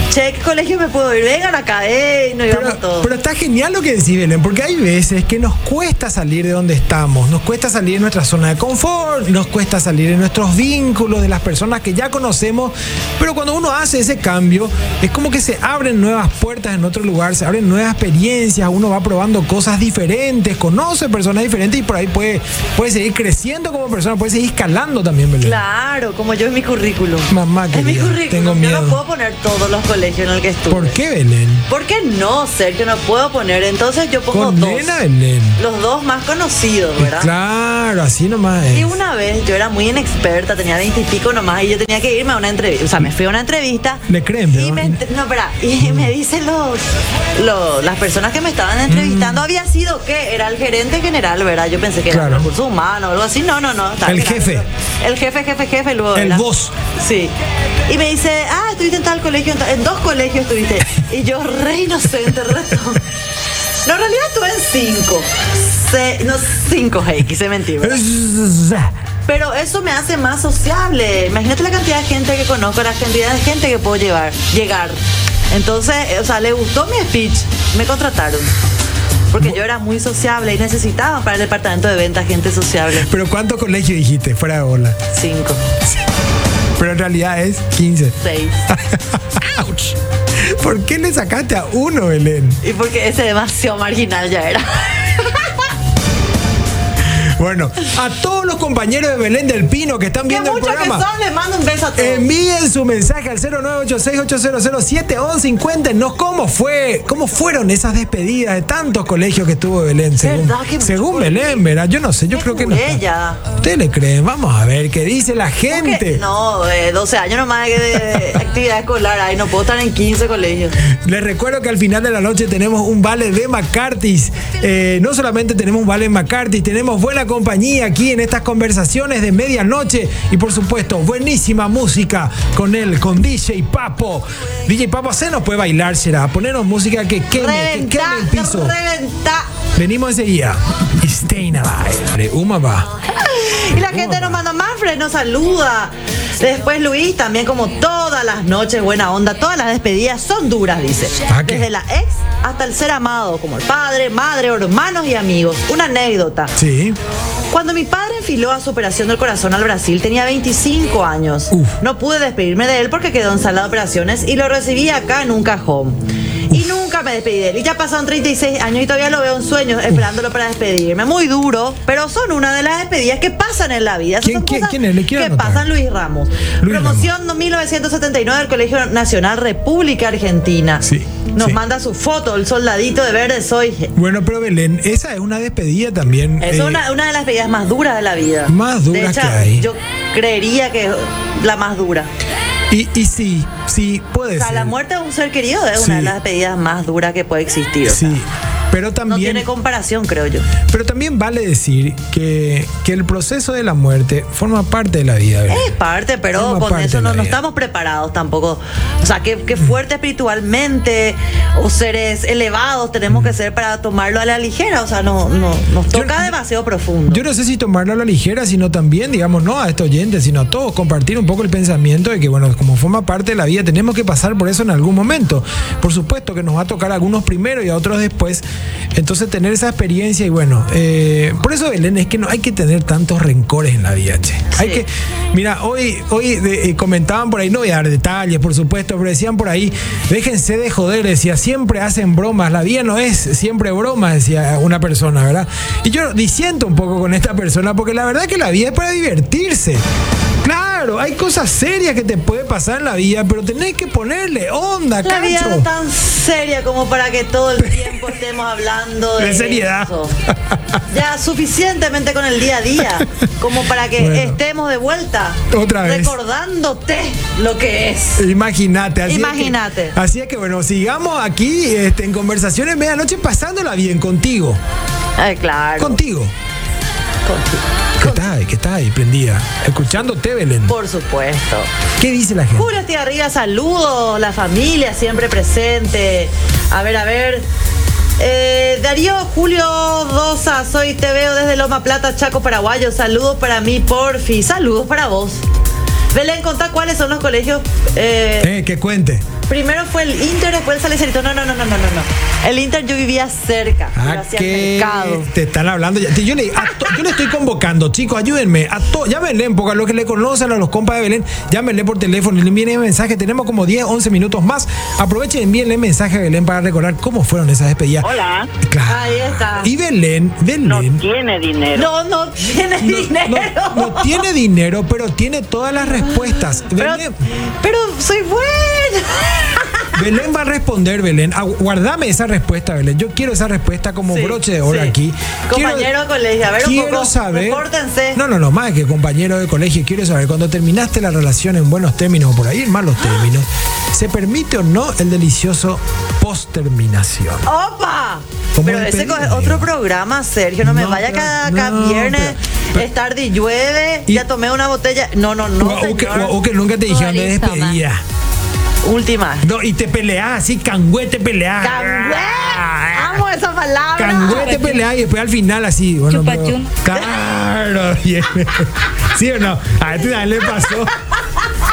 [SPEAKER 1] Che, ¿qué colegio me puedo ir? Vengan acá, eh, y nos íbamos
[SPEAKER 2] Pero,
[SPEAKER 1] todos.
[SPEAKER 2] pero está genial lo que decís, Belén, porque hay veces que nos cuesta salir de donde estamos, nos cuesta salir de nuestra zona de confort, nos cuesta salir de nuestros vínculos, de las personas que ya conocemos, pero cuando uno hace ese cambio, es como que se abren nuevas puertas en otro lugar, se abren nuevas experiencias, uno va probando cosas diferentes, conoce personas diferentes y por ahí puede, puede seguir creciendo como persona, puede seguir escalando también, Belén.
[SPEAKER 1] Claro, como yo en mi currículum.
[SPEAKER 2] Mamá
[SPEAKER 1] en mi
[SPEAKER 2] querida,
[SPEAKER 1] currículum.
[SPEAKER 2] tengo
[SPEAKER 1] Yo
[SPEAKER 2] miedo.
[SPEAKER 1] no puedo poner todos los colegios en el que estuve.
[SPEAKER 2] ¿Por qué, Belén?
[SPEAKER 1] ¿Por qué no, Sergio? No puedo poner. Entonces yo pongo
[SPEAKER 2] Condena,
[SPEAKER 1] dos.
[SPEAKER 2] Belén.
[SPEAKER 1] Los dos más conocidos, ¿verdad?
[SPEAKER 2] Claro, así nomás. es.
[SPEAKER 1] Y una vez yo era muy inexperta, tenía veintipico nomás, y yo tenía que irme a una entrevista. O sea, me fui a una entrevista.
[SPEAKER 2] Le creen,
[SPEAKER 1] Y
[SPEAKER 2] ¿no? Mm.
[SPEAKER 1] me, ent- no, espera, y me dicen los, los- las personas que me estaban entrevistando, había sido que era el gerente general, ¿verdad? Yo pensé que
[SPEAKER 2] Mm. Claro.
[SPEAKER 1] era recursos humanos o algo así. No, no, no. estaba
[SPEAKER 2] El
[SPEAKER 1] general.
[SPEAKER 2] jefe.
[SPEAKER 1] El jefe, jefe, jefe, luego.
[SPEAKER 2] El
[SPEAKER 1] ¿verdad?
[SPEAKER 2] boss.
[SPEAKER 1] Sí. Y me dice, ah, estuviste en tal colegio, en, ta- en dos colegios estuviste. Y yo, re inocente, re tonta. No, en realidad estuve en cinco. Se- no, cinco, hey, quise mentir. ¿verdad? Pero eso me hace más sociable. Imagínate la cantidad de gente que conozco, la cantidad de gente que puedo llevar, llegar. Entonces, eh, o sea, le gustó mi speech, me contrataron. Porque yo era muy sociable y necesitaba para el departamento de ventas gente sociable.
[SPEAKER 2] Pero ¿cuántos colegios dijiste? Fuera de bola.
[SPEAKER 1] Cinco,
[SPEAKER 2] Pero en realidad es 15.
[SPEAKER 1] seis.
[SPEAKER 2] Ouch. ¿Por qué le sacaste a uno, Belén?
[SPEAKER 1] Y porque ese demasiado marginal ya era.
[SPEAKER 2] Bueno, a todos los compañeros de Belén del Pino que están
[SPEAKER 1] Que
[SPEAKER 2] viendo el
[SPEAKER 1] muchos que
[SPEAKER 2] programa. Eh,
[SPEAKER 1] son, les mando un beso a todos.
[SPEAKER 2] Envíen su mensaje al 0986-800-71150. Nos, ¿cómo fue? ¿Cómo fueron esas despedidas de tantos colegios que tuvo Belén? Según,
[SPEAKER 1] ¿Verdad que
[SPEAKER 2] según
[SPEAKER 1] mucho
[SPEAKER 2] Belén, ¿verdad? Yo no sé, yo
[SPEAKER 1] Qué
[SPEAKER 2] creo que no. está.
[SPEAKER 1] ella.
[SPEAKER 2] ¿Ustedes le creen? Vamos a ver qué dice la
[SPEAKER 1] Porque-
[SPEAKER 2] gente.
[SPEAKER 1] No, eh, 12 años nomás de, de actividad escolar. Ahí no puedo estar en 15 colegios.
[SPEAKER 2] Les recuerdo que al final de la noche tenemos un vale de McCarthy's. Eh, no solamente tenemos un vale de McCarthy's, tenemos buena compañía aquí en estas conversaciones de medianoche. Y por supuesto, buenísima música con él, con DJ Papo. DJ Papo, se nos puede bailar, será. Ponernos música que queme, que
[SPEAKER 1] Reventá,
[SPEAKER 2] queme el piso.
[SPEAKER 1] reventá.
[SPEAKER 2] Venimos enseguida. Stay alive. Uma va.
[SPEAKER 1] Y la gente nos manda Manfred, nos saluda. Después Luis, también como todas las noches, buena onda, todas las despedidas son duras, dice.
[SPEAKER 2] ¿Ah, qué?
[SPEAKER 1] Desde la ex hasta el ser amado, como el padre, madre, hermanos y amigos. Una anécdota.
[SPEAKER 2] Sí.
[SPEAKER 1] Cuando mi padre enfiló a su operación del corazón al Brasil, tenía 25 años.
[SPEAKER 2] Uf.
[SPEAKER 1] No pude despedirme de él porque quedó en sala de operaciones y lo recibí acá en un cajón. Y nunca me despedí de él. Y ya pasaron 36 años y todavía lo veo en sueños esperándolo para despedirme. Muy duro, pero son una de las despedidas que pasan en la vida. Esas
[SPEAKER 2] ¿Quién-
[SPEAKER 1] son
[SPEAKER 2] quién-
[SPEAKER 1] cosas
[SPEAKER 2] quién es? Le quiero
[SPEAKER 1] que
[SPEAKER 2] anotar.
[SPEAKER 1] pasan Luis Ramos.
[SPEAKER 2] Luis
[SPEAKER 1] Promoción 1979 del Colegio Nacional República Argentina.
[SPEAKER 2] Sí,
[SPEAKER 1] Nos
[SPEAKER 2] sí.
[SPEAKER 1] manda su foto, el soldadito de verde soy.
[SPEAKER 2] Bueno, pero Belén, esa es una despedida también.
[SPEAKER 1] Es
[SPEAKER 2] eh,
[SPEAKER 1] una, una de las peleas más duras de la vida.
[SPEAKER 2] Más
[SPEAKER 1] De
[SPEAKER 2] duras
[SPEAKER 1] hecho,
[SPEAKER 2] que hay.
[SPEAKER 1] Yo creería que es la más dura.
[SPEAKER 2] Y, y sí, sí, puede
[SPEAKER 1] O sea,
[SPEAKER 2] ser.
[SPEAKER 1] la muerte de un ser querido es una
[SPEAKER 2] Sí.
[SPEAKER 1] de las peleas más duras que puede existir. o sea,
[SPEAKER 2] Sí. Pero
[SPEAKER 1] no
[SPEAKER 2] también.
[SPEAKER 1] tiene comparación, creo yo.
[SPEAKER 2] Pero también vale decir que, que el proceso de la muerte forma parte de la vida. ¿verdad?
[SPEAKER 1] Es parte, pero
[SPEAKER 2] Forma
[SPEAKER 1] con
[SPEAKER 2] parte de
[SPEAKER 1] eso no,
[SPEAKER 2] la
[SPEAKER 1] no
[SPEAKER 2] vida.
[SPEAKER 1] estamos preparados tampoco. O sea, qué, qué fuerte espiritualmente o seres elevados tenemos que ser para tomarlo a la ligera. O sea, no, no nos toca demasiado profundo.
[SPEAKER 2] Yo no sé si tomarlo a la ligera, sino también, digamos, no a estos oyentes, sino a todos, compartir un poco el pensamiento de que, bueno, como forma parte de la vida, tenemos que pasar por eso en algún momento. Por supuesto que nos va a tocar a algunos primero y a otros después, Entonces tener esa experiencia y bueno, eh, por eso Belén es que no hay que tener tantos rencores en la vida, che. Hay
[SPEAKER 1] Sí.
[SPEAKER 2] que, mira, hoy, hoy de- eh, comentaban por ahí, no voy a dar detalles, por supuesto, pero decían por ahí, déjense de joder, decía, siempre hacen bromas, la vida no es siempre broma, decía una persona, ¿verdad? Y yo disiento un poco con esta persona, porque la verdad que la vida es para divertirse. Claro, hay cosas serias que te puede pasar en la vida, pero tenés que ponerle onda,
[SPEAKER 1] La vida
[SPEAKER 2] cacho.
[SPEAKER 1] es tan seria como para que todo el tiempo estemos hablando de,
[SPEAKER 2] De seriedad.
[SPEAKER 1] eso. Ya suficientemente con el día a día, como para que
[SPEAKER 2] Bueno.
[SPEAKER 1] estemos de vuelta.
[SPEAKER 2] Otra vez.
[SPEAKER 1] Recordándote lo que es.
[SPEAKER 2] Imagínate. así es que-
[SPEAKER 1] Imagínate.
[SPEAKER 2] Así es que bueno, sigamos aquí este, en conversaciones medianoche pasándola bien contigo.
[SPEAKER 1] Ay, claro.
[SPEAKER 2] Contigo. ¿Qué está ahí? ¿Qué está ahí? Prendida. Escuchándote, Belén.
[SPEAKER 1] Por supuesto.
[SPEAKER 2] ¿Qué dice la gente?
[SPEAKER 1] Julio Estigarribia, arriba, saludos, la familia siempre presente. A ver, a ver. Eh, Darío Julio Dosa, soy te veo desde Loma Plata, Chaco Paraguayo. Saludos para mí, Porfi. Saludos para vos. Belén, contá cuáles son los colegios. eh,
[SPEAKER 2] Eh, que cuente.
[SPEAKER 1] Primero fue el Inter, después el Salerito. No, no, no, no, no, no, no. El Inter yo vivía cerca. yo
[SPEAKER 2] Ah,
[SPEAKER 1] hacía
[SPEAKER 2] que
[SPEAKER 1] mercado.
[SPEAKER 2] te están hablando. ya. Yo le, a to- yo le estoy convocando, chicos, ayúdenme. A to- llámenle, porque a los que le conocen, a los compas de Belén, llámenle por teléfono y le envíen mensaje. Tenemos como 10, 11 minutos más. Aprovechen y envíenle mensaje a Belén para recordar cómo fueron esas despedidas.
[SPEAKER 5] Hola,
[SPEAKER 2] Claro.
[SPEAKER 1] Ahí está.
[SPEAKER 2] Y Belén, Belén.
[SPEAKER 5] no tiene dinero.
[SPEAKER 1] No, no tiene dinero.
[SPEAKER 2] no- no tiene dinero, pero tiene todas las respuestas.
[SPEAKER 1] pero,
[SPEAKER 2] Belén,
[SPEAKER 1] pero soy buena.
[SPEAKER 2] Belén va a responder, Belén. Agu- Guardame esa respuesta, Belén. Yo quiero esa respuesta como
[SPEAKER 1] Sí,
[SPEAKER 2] broche de oro
[SPEAKER 1] sí.
[SPEAKER 2] aquí.
[SPEAKER 1] Compañero de colegio, a ver un
[SPEAKER 2] quiero
[SPEAKER 1] poco,
[SPEAKER 2] saber.
[SPEAKER 1] repórtense.
[SPEAKER 2] No, no, no, más que compañero de colegio. Quiero saber, cuando terminaste la relación en buenos términos o por ahí en malos
[SPEAKER 1] Ah.
[SPEAKER 2] términos, ¿se permite o no el delicioso post-terminación?
[SPEAKER 1] ¡Opa!
[SPEAKER 2] ¿Cómo
[SPEAKER 1] Pero
[SPEAKER 2] le
[SPEAKER 1] ese co-
[SPEAKER 2] pedí?
[SPEAKER 1] es otro programa, Sergio. No, me
[SPEAKER 2] No,
[SPEAKER 1] vaya
[SPEAKER 2] pero-
[SPEAKER 1] cada, cada
[SPEAKER 2] no,
[SPEAKER 1] viernes.
[SPEAKER 2] pero- pero-
[SPEAKER 1] es tarde y llueve.
[SPEAKER 2] Y-
[SPEAKER 1] ya tomé una botella. No, no,
[SPEAKER 2] O,
[SPEAKER 1] no.
[SPEAKER 2] o que,
[SPEAKER 1] señor.
[SPEAKER 2] o- o que nunca te dijeron de
[SPEAKER 6] Listo, ma.
[SPEAKER 2] despedida.
[SPEAKER 1] Última.
[SPEAKER 2] No, y te peleás así, cangüe te peleás. Ah,
[SPEAKER 1] ¡Cangüe! ¡Amo esa palabra!
[SPEAKER 2] Cangüe te pelea y después al final así, bueno, pero-
[SPEAKER 6] Chupachún.
[SPEAKER 2] claro, bien. ¿Sí o no? A este también le pasó.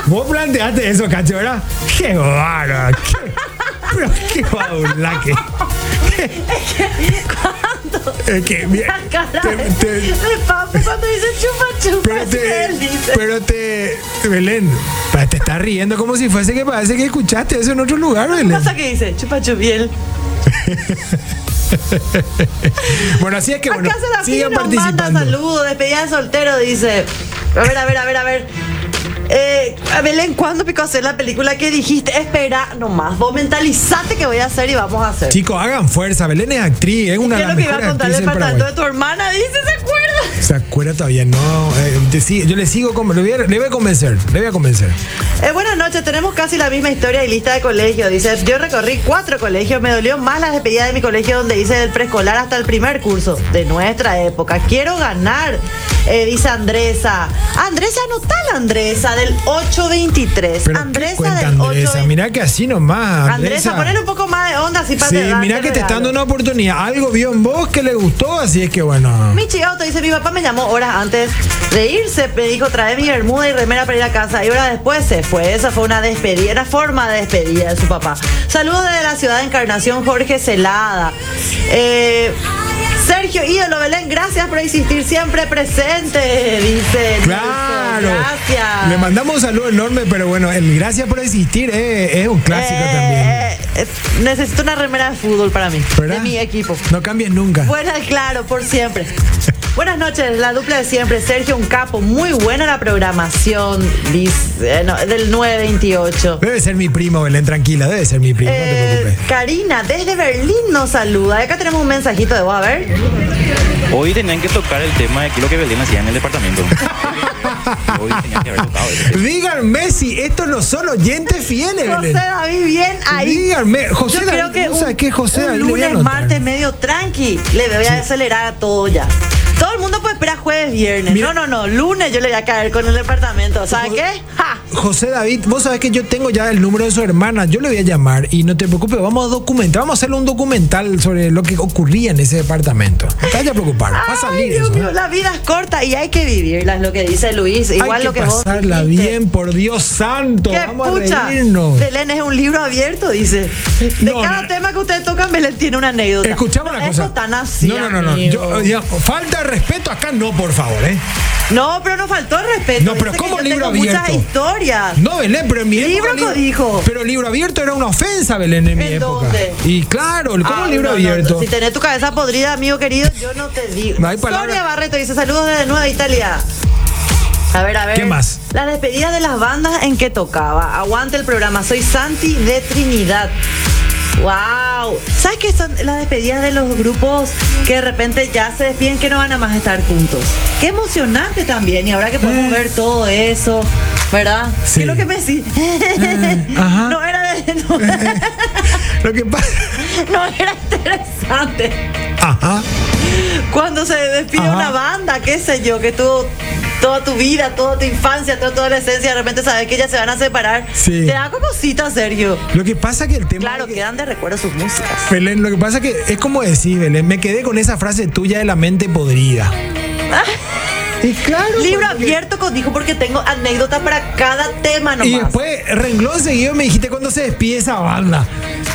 [SPEAKER 2] Vos planteaste eso, cacho, ¿verdad? Qué bárbaro, qué, pero qué badulaque. Es que, mira,
[SPEAKER 1] La cara
[SPEAKER 2] te-
[SPEAKER 1] de-
[SPEAKER 2] te-
[SPEAKER 1] de papo cuando dice chupa chupa.
[SPEAKER 2] pero
[SPEAKER 1] así
[SPEAKER 2] te,
[SPEAKER 1] él dice.
[SPEAKER 2] pero te, Belén, pa- te estás riendo como si fuese que parece que escuchaste eso en otro lugar,
[SPEAKER 1] ¿Qué
[SPEAKER 2] Belén.
[SPEAKER 1] pasa que dice? Chupa chupiel.
[SPEAKER 2] Bueno, así es que, bueno,
[SPEAKER 1] Acá se la
[SPEAKER 2] sigan
[SPEAKER 1] nos manda
[SPEAKER 2] participando.
[SPEAKER 1] saludos, despedida de soltero, dice. A ver, a ver, a ver, a ver. Eh, a Belén, ¿cuándo pico hacer la película que dijiste? Espera, nomás, vos mentalizate que voy a hacer y vamos a hacer.
[SPEAKER 2] Chicos, hagan fuerza. Belén es actriz, es una
[SPEAKER 1] ¿Qué
[SPEAKER 2] de
[SPEAKER 1] es
[SPEAKER 2] las
[SPEAKER 1] lo que iba a
[SPEAKER 2] mejores
[SPEAKER 1] contarle
[SPEAKER 2] actrices
[SPEAKER 1] para tanto de
[SPEAKER 2] Paraguay.
[SPEAKER 1] tu hermana? Dice, ¿se acuerda?
[SPEAKER 2] ¿Se acuerda todavía? No. eh, te sigue- yo le sigo, con, le, voy a, le voy a convencer, le voy a convencer.
[SPEAKER 1] Eh, buenas noches, tenemos casi la misma historia y lista de colegio. Dice, yo recorrí cuatro colegios, me dolió más la despedida de mi colegio donde hice del preescolar hasta el primer curso de nuestra época. Quiero ganar, eh, dice Andresa. Andresa, anotá la Andresa del 823.
[SPEAKER 2] Pero ¿qué
[SPEAKER 1] Andresa
[SPEAKER 2] cuenta
[SPEAKER 1] del 823.
[SPEAKER 2] Andresa? Mirá que así nomás.
[SPEAKER 1] Andresa, ponle un poco más de onda así para
[SPEAKER 2] Sí,
[SPEAKER 1] darte
[SPEAKER 2] mirá
[SPEAKER 1] el
[SPEAKER 2] que te está
[SPEAKER 1] regalo.
[SPEAKER 2] dando una oportunidad. Algo vio en vos que le gustó, así es que bueno.
[SPEAKER 1] Michi Auto dice, mi papá me llamó horas antes de irse, me dijo, trae mi bermuda y remera para ir a casa. Y horas después se fue. Esa fue una despedida, una forma de despedida de su papá. Saludos desde la ciudad de Encarnación, Jorge Celada. Eh, Sergio Ídolo Belén, gracias por existir siempre presente, dice.
[SPEAKER 2] Claro.
[SPEAKER 1] Gracias.
[SPEAKER 2] Le mandamos un saludo enorme, pero bueno, el gracias por existir eh, es un clásico también.
[SPEAKER 1] Eh, eh, necesito una remera de fútbol para mí,
[SPEAKER 2] ¿Verdad?
[SPEAKER 1] de mi equipo.
[SPEAKER 2] No cambies nunca.
[SPEAKER 1] Buena, claro, por siempre. Buenas noches, la dupla de siempre. Sergio, un capo. Muy buena la programación dice, eh, no, del 928.
[SPEAKER 2] Debe ser mi primo, Belén, tranquila, debe ser mi primo, no te
[SPEAKER 1] Eh,
[SPEAKER 2] preocupes.
[SPEAKER 1] Karina, desde Berlín nos saluda. Acá tenemos un mensajito de vos, a ver.
[SPEAKER 7] Hoy tenían que tocar el tema de qué es lo que Belén hacía en el departamento. Hoy tenían que haber tocado eso.
[SPEAKER 2] Díganme si estos no son oyentes fieles,
[SPEAKER 1] José
[SPEAKER 2] Belén.
[SPEAKER 1] David, bien ahí.
[SPEAKER 2] Díganme, José
[SPEAKER 1] Yo
[SPEAKER 2] David,
[SPEAKER 1] creo que
[SPEAKER 2] ¿vos sabés
[SPEAKER 1] un,
[SPEAKER 2] qué, José
[SPEAKER 1] un
[SPEAKER 2] David? Le voy a
[SPEAKER 1] lunes,
[SPEAKER 2] anotar.
[SPEAKER 1] martes, medio tranqui. Le voy a acelerar a todo ya. Todo el mundo puede esperar jueves, viernes.
[SPEAKER 2] Mira.
[SPEAKER 1] No, no, no. Lunes yo le voy a caer con el departamento. ¿Saben qué? ¡Ja!
[SPEAKER 2] José David, vos sabés que yo tengo ya el número de su hermana, yo le voy a llamar y no te preocupes, vamos a documentar, vamos a hacerle un documental sobre lo que ocurría en ese departamento. No te vayas a preocupar, va a
[SPEAKER 1] Ay,
[SPEAKER 2] salir
[SPEAKER 1] Dios
[SPEAKER 2] eso,
[SPEAKER 1] mío,
[SPEAKER 2] ¿eh?
[SPEAKER 1] la vida es corta y hay que vivirla, es lo que dice Luis. Igual
[SPEAKER 2] Hay
[SPEAKER 1] lo que vos
[SPEAKER 2] pasarla
[SPEAKER 1] dijiste.
[SPEAKER 2] bien, por Dios santo,
[SPEAKER 1] ¡Qué
[SPEAKER 2] vamos
[SPEAKER 1] pucha!
[SPEAKER 2] a reírnos.
[SPEAKER 1] Belén es un libro abierto, dice. De
[SPEAKER 2] No,
[SPEAKER 1] cada
[SPEAKER 2] no.
[SPEAKER 1] tema que ustedes tocan, Belén tiene una anécdota.
[SPEAKER 2] Escuchamos
[SPEAKER 1] No,
[SPEAKER 2] una cosa.
[SPEAKER 1] Eso tan así.
[SPEAKER 2] no, no, no, no.
[SPEAKER 1] amigo.
[SPEAKER 2] Yo, ya, falta de respeto acá, no, por favor, ¿eh?
[SPEAKER 1] No, pero nos faltó el respeto.
[SPEAKER 2] No, pero
[SPEAKER 1] Dice que
[SPEAKER 2] ¿cómo
[SPEAKER 1] yo
[SPEAKER 2] libro
[SPEAKER 1] tengo muchas
[SPEAKER 2] abierto?
[SPEAKER 1] historias.
[SPEAKER 2] No, Belén, pero en mi
[SPEAKER 1] Libro
[SPEAKER 2] época.
[SPEAKER 1] codijo.
[SPEAKER 2] Pero libro abierto era una ofensa, Belén, en mi
[SPEAKER 1] ¿En
[SPEAKER 2] época.
[SPEAKER 1] dónde?
[SPEAKER 2] Y claro, ¿cómo
[SPEAKER 1] Ah,
[SPEAKER 2] libro
[SPEAKER 1] no, no,
[SPEAKER 2] abierto?
[SPEAKER 1] no. Si tenés tu cabeza podrida, amigo querido, yo no te digo.
[SPEAKER 2] No hay palabra.
[SPEAKER 1] Sonia Barreto dice saludos desde Nueva Italia. A ver, a ver.
[SPEAKER 2] ¿Qué más?
[SPEAKER 1] Las despedidas de las bandas en que tocaba. Aguante el programa. Soy Santi de Trinidad. Wow. ¿Sabes qué son las despedidas de los grupos que de repente ya se despiden que no van a más estar juntos? Qué emocionante también. Y ahora que podemos ver todo eso, ¿verdad?
[SPEAKER 2] Eh. Sí. Eh,
[SPEAKER 1] ¿Qué es lo que me decís?
[SPEAKER 2] ajá. Eh.
[SPEAKER 1] No era de- no-
[SPEAKER 2] Lo que pasa.
[SPEAKER 1] no era interesante.
[SPEAKER 2] Ajá.
[SPEAKER 1] Cuando se despide
[SPEAKER 2] Ajá.
[SPEAKER 1] una banda, qué sé yo, que tuvo toda tu vida, toda tu infancia, toda tu adolescencia, de repente sabes que ya se van a separar.
[SPEAKER 2] Sí.
[SPEAKER 1] Te da como cita, Sergio.
[SPEAKER 2] Lo que pasa que el tema.
[SPEAKER 1] Claro,
[SPEAKER 2] es que-
[SPEAKER 1] quedan de recuerdo sus músicas.
[SPEAKER 2] Belén, lo que pasa que es como decir, Belén, me quedé con esa frase tuya de la mente podrida. Y claro.
[SPEAKER 1] Ah. Libro
[SPEAKER 2] cuando-
[SPEAKER 1] abierto con dijo porque tengo anécdotas para cada tema nomás.
[SPEAKER 2] Y después, renglón seguido, me dijiste cuando se despide esa banda.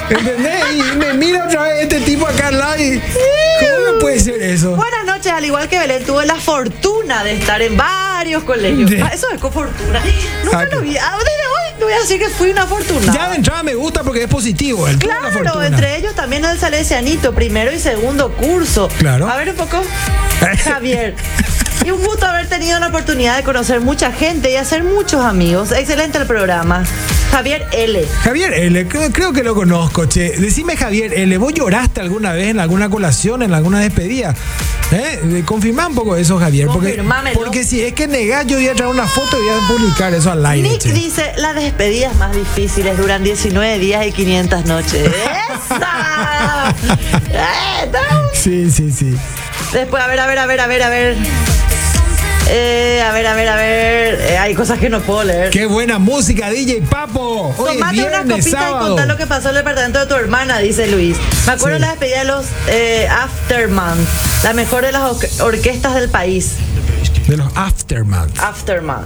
[SPEAKER 2] ¿Entendés? Y me mira otra vez este tipo acá al lado y. ¿Cómo me puede ser eso?
[SPEAKER 1] Buenas noches, al igual que Belén, tuve la fortuna de estar en varios colegios.
[SPEAKER 2] De-
[SPEAKER 1] Ah, Eso es con fortuna. Nunca
[SPEAKER 2] Ah,
[SPEAKER 1] lo vi. Ah, Desde hoy te voy a decir que fui una fortuna.
[SPEAKER 2] Ya de entrada me gusta porque es positivo. Él tuvo una
[SPEAKER 1] Claro,
[SPEAKER 2] fortuna.
[SPEAKER 1] entre ellos también el Salesianito, primero y segundo curso.
[SPEAKER 2] Claro.
[SPEAKER 1] A ver un poco. Javier. Y un gusto haber tenido la oportunidad de conocer mucha gente y hacer muchos amigos. Excelente el programa. Javier L.
[SPEAKER 2] Javier L, creo, creo que lo conozco, che. Decime, Javier L, ¿vos lloraste alguna vez en alguna colación, en alguna despedida? ¿Eh? Confirmá un poco eso, Javier. Porque,
[SPEAKER 1] Confirmámelo.
[SPEAKER 2] porque si es que negás, yo voy a traer una foto y voy a publicar eso al aire.
[SPEAKER 1] Nick
[SPEAKER 2] che.
[SPEAKER 1] dice, las despedidas más difíciles duran 19 días y 500 noches. ¡Esa! ¡Eh, da un
[SPEAKER 2] Sí, sí, sí.
[SPEAKER 1] Después, a ver, a ver, a ver, a ver, a ver. Eh, a ver, a ver, a ver. Eh, hay cosas que no puedo leer.
[SPEAKER 2] Qué buena música, DJ Papo. Hoy es
[SPEAKER 1] Tomate
[SPEAKER 2] viernes,
[SPEAKER 1] una copita y
[SPEAKER 2] sábado.
[SPEAKER 1] contá lo que pasó en el departamento de tu hermana, dice Luis. Me acuerdo
[SPEAKER 2] Sí.
[SPEAKER 1] la despedida de los eh, Afterman, la mejor de las or- orquestas del país.
[SPEAKER 2] De los Afterman.
[SPEAKER 1] Afterman.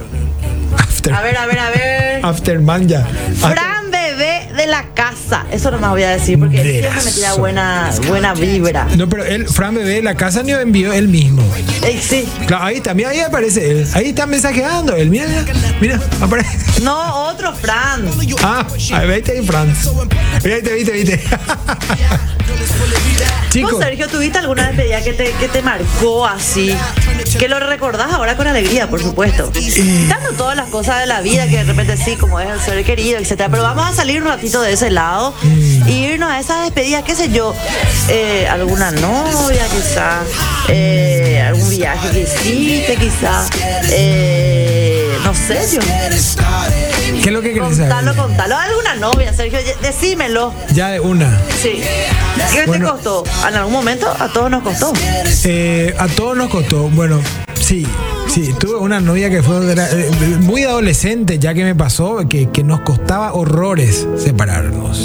[SPEAKER 2] After-
[SPEAKER 1] A ver, a ver, a ver.
[SPEAKER 2] Afterman ya.
[SPEAKER 1] Fran Bebé de la casa. Eso nomás voy a decir porque él siempre me tira
[SPEAKER 2] Verazo.
[SPEAKER 1] buena, buena vibra.
[SPEAKER 2] No, pero él, Fran Bebé de la casa ni envió él mismo.
[SPEAKER 1] Eh, sí.
[SPEAKER 2] Claro, ahí también ahí aparece él. Ahí está mensajeando él. Mira, mira, mira, aparece.
[SPEAKER 1] No, otro Fran.
[SPEAKER 2] Ah, ahí viste ahí, Fran. Mira, Viste, viste, viste.
[SPEAKER 1] ¿Vos,
[SPEAKER 2] Chicos,
[SPEAKER 1] Sergio, tuviste alguna despedida que te, que te marcó así? Que lo recordás ahora con alegría, por supuesto.
[SPEAKER 2] Eh.
[SPEAKER 1] Dando todas las cosas de la vida que de repente sí, como es el ser querido, etcétera. Pero vamos a salir un ratito de ese lado
[SPEAKER 2] Mm.
[SPEAKER 1] y irnos a esas despedidas, qué sé yo, eh, alguna novia quizás, eh, algún viaje que hiciste quizás, eh, no sé, Dios mío.
[SPEAKER 2] ¿qué es lo que querés
[SPEAKER 1] Contalo,
[SPEAKER 2] saber?
[SPEAKER 1] contalo. Alguna novia, Sergio, ye- decímelo.
[SPEAKER 2] Ya de una.
[SPEAKER 1] Sí. ¿Qué
[SPEAKER 2] Bueno.
[SPEAKER 1] te costó? En algún momento a todos nos costó.
[SPEAKER 2] Eh, a todos nos costó. Bueno, sí, sí, tuve una novia que fue de la- eh, muy adolescente, ya que me pasó, que, que nos costaba horrores separarnos.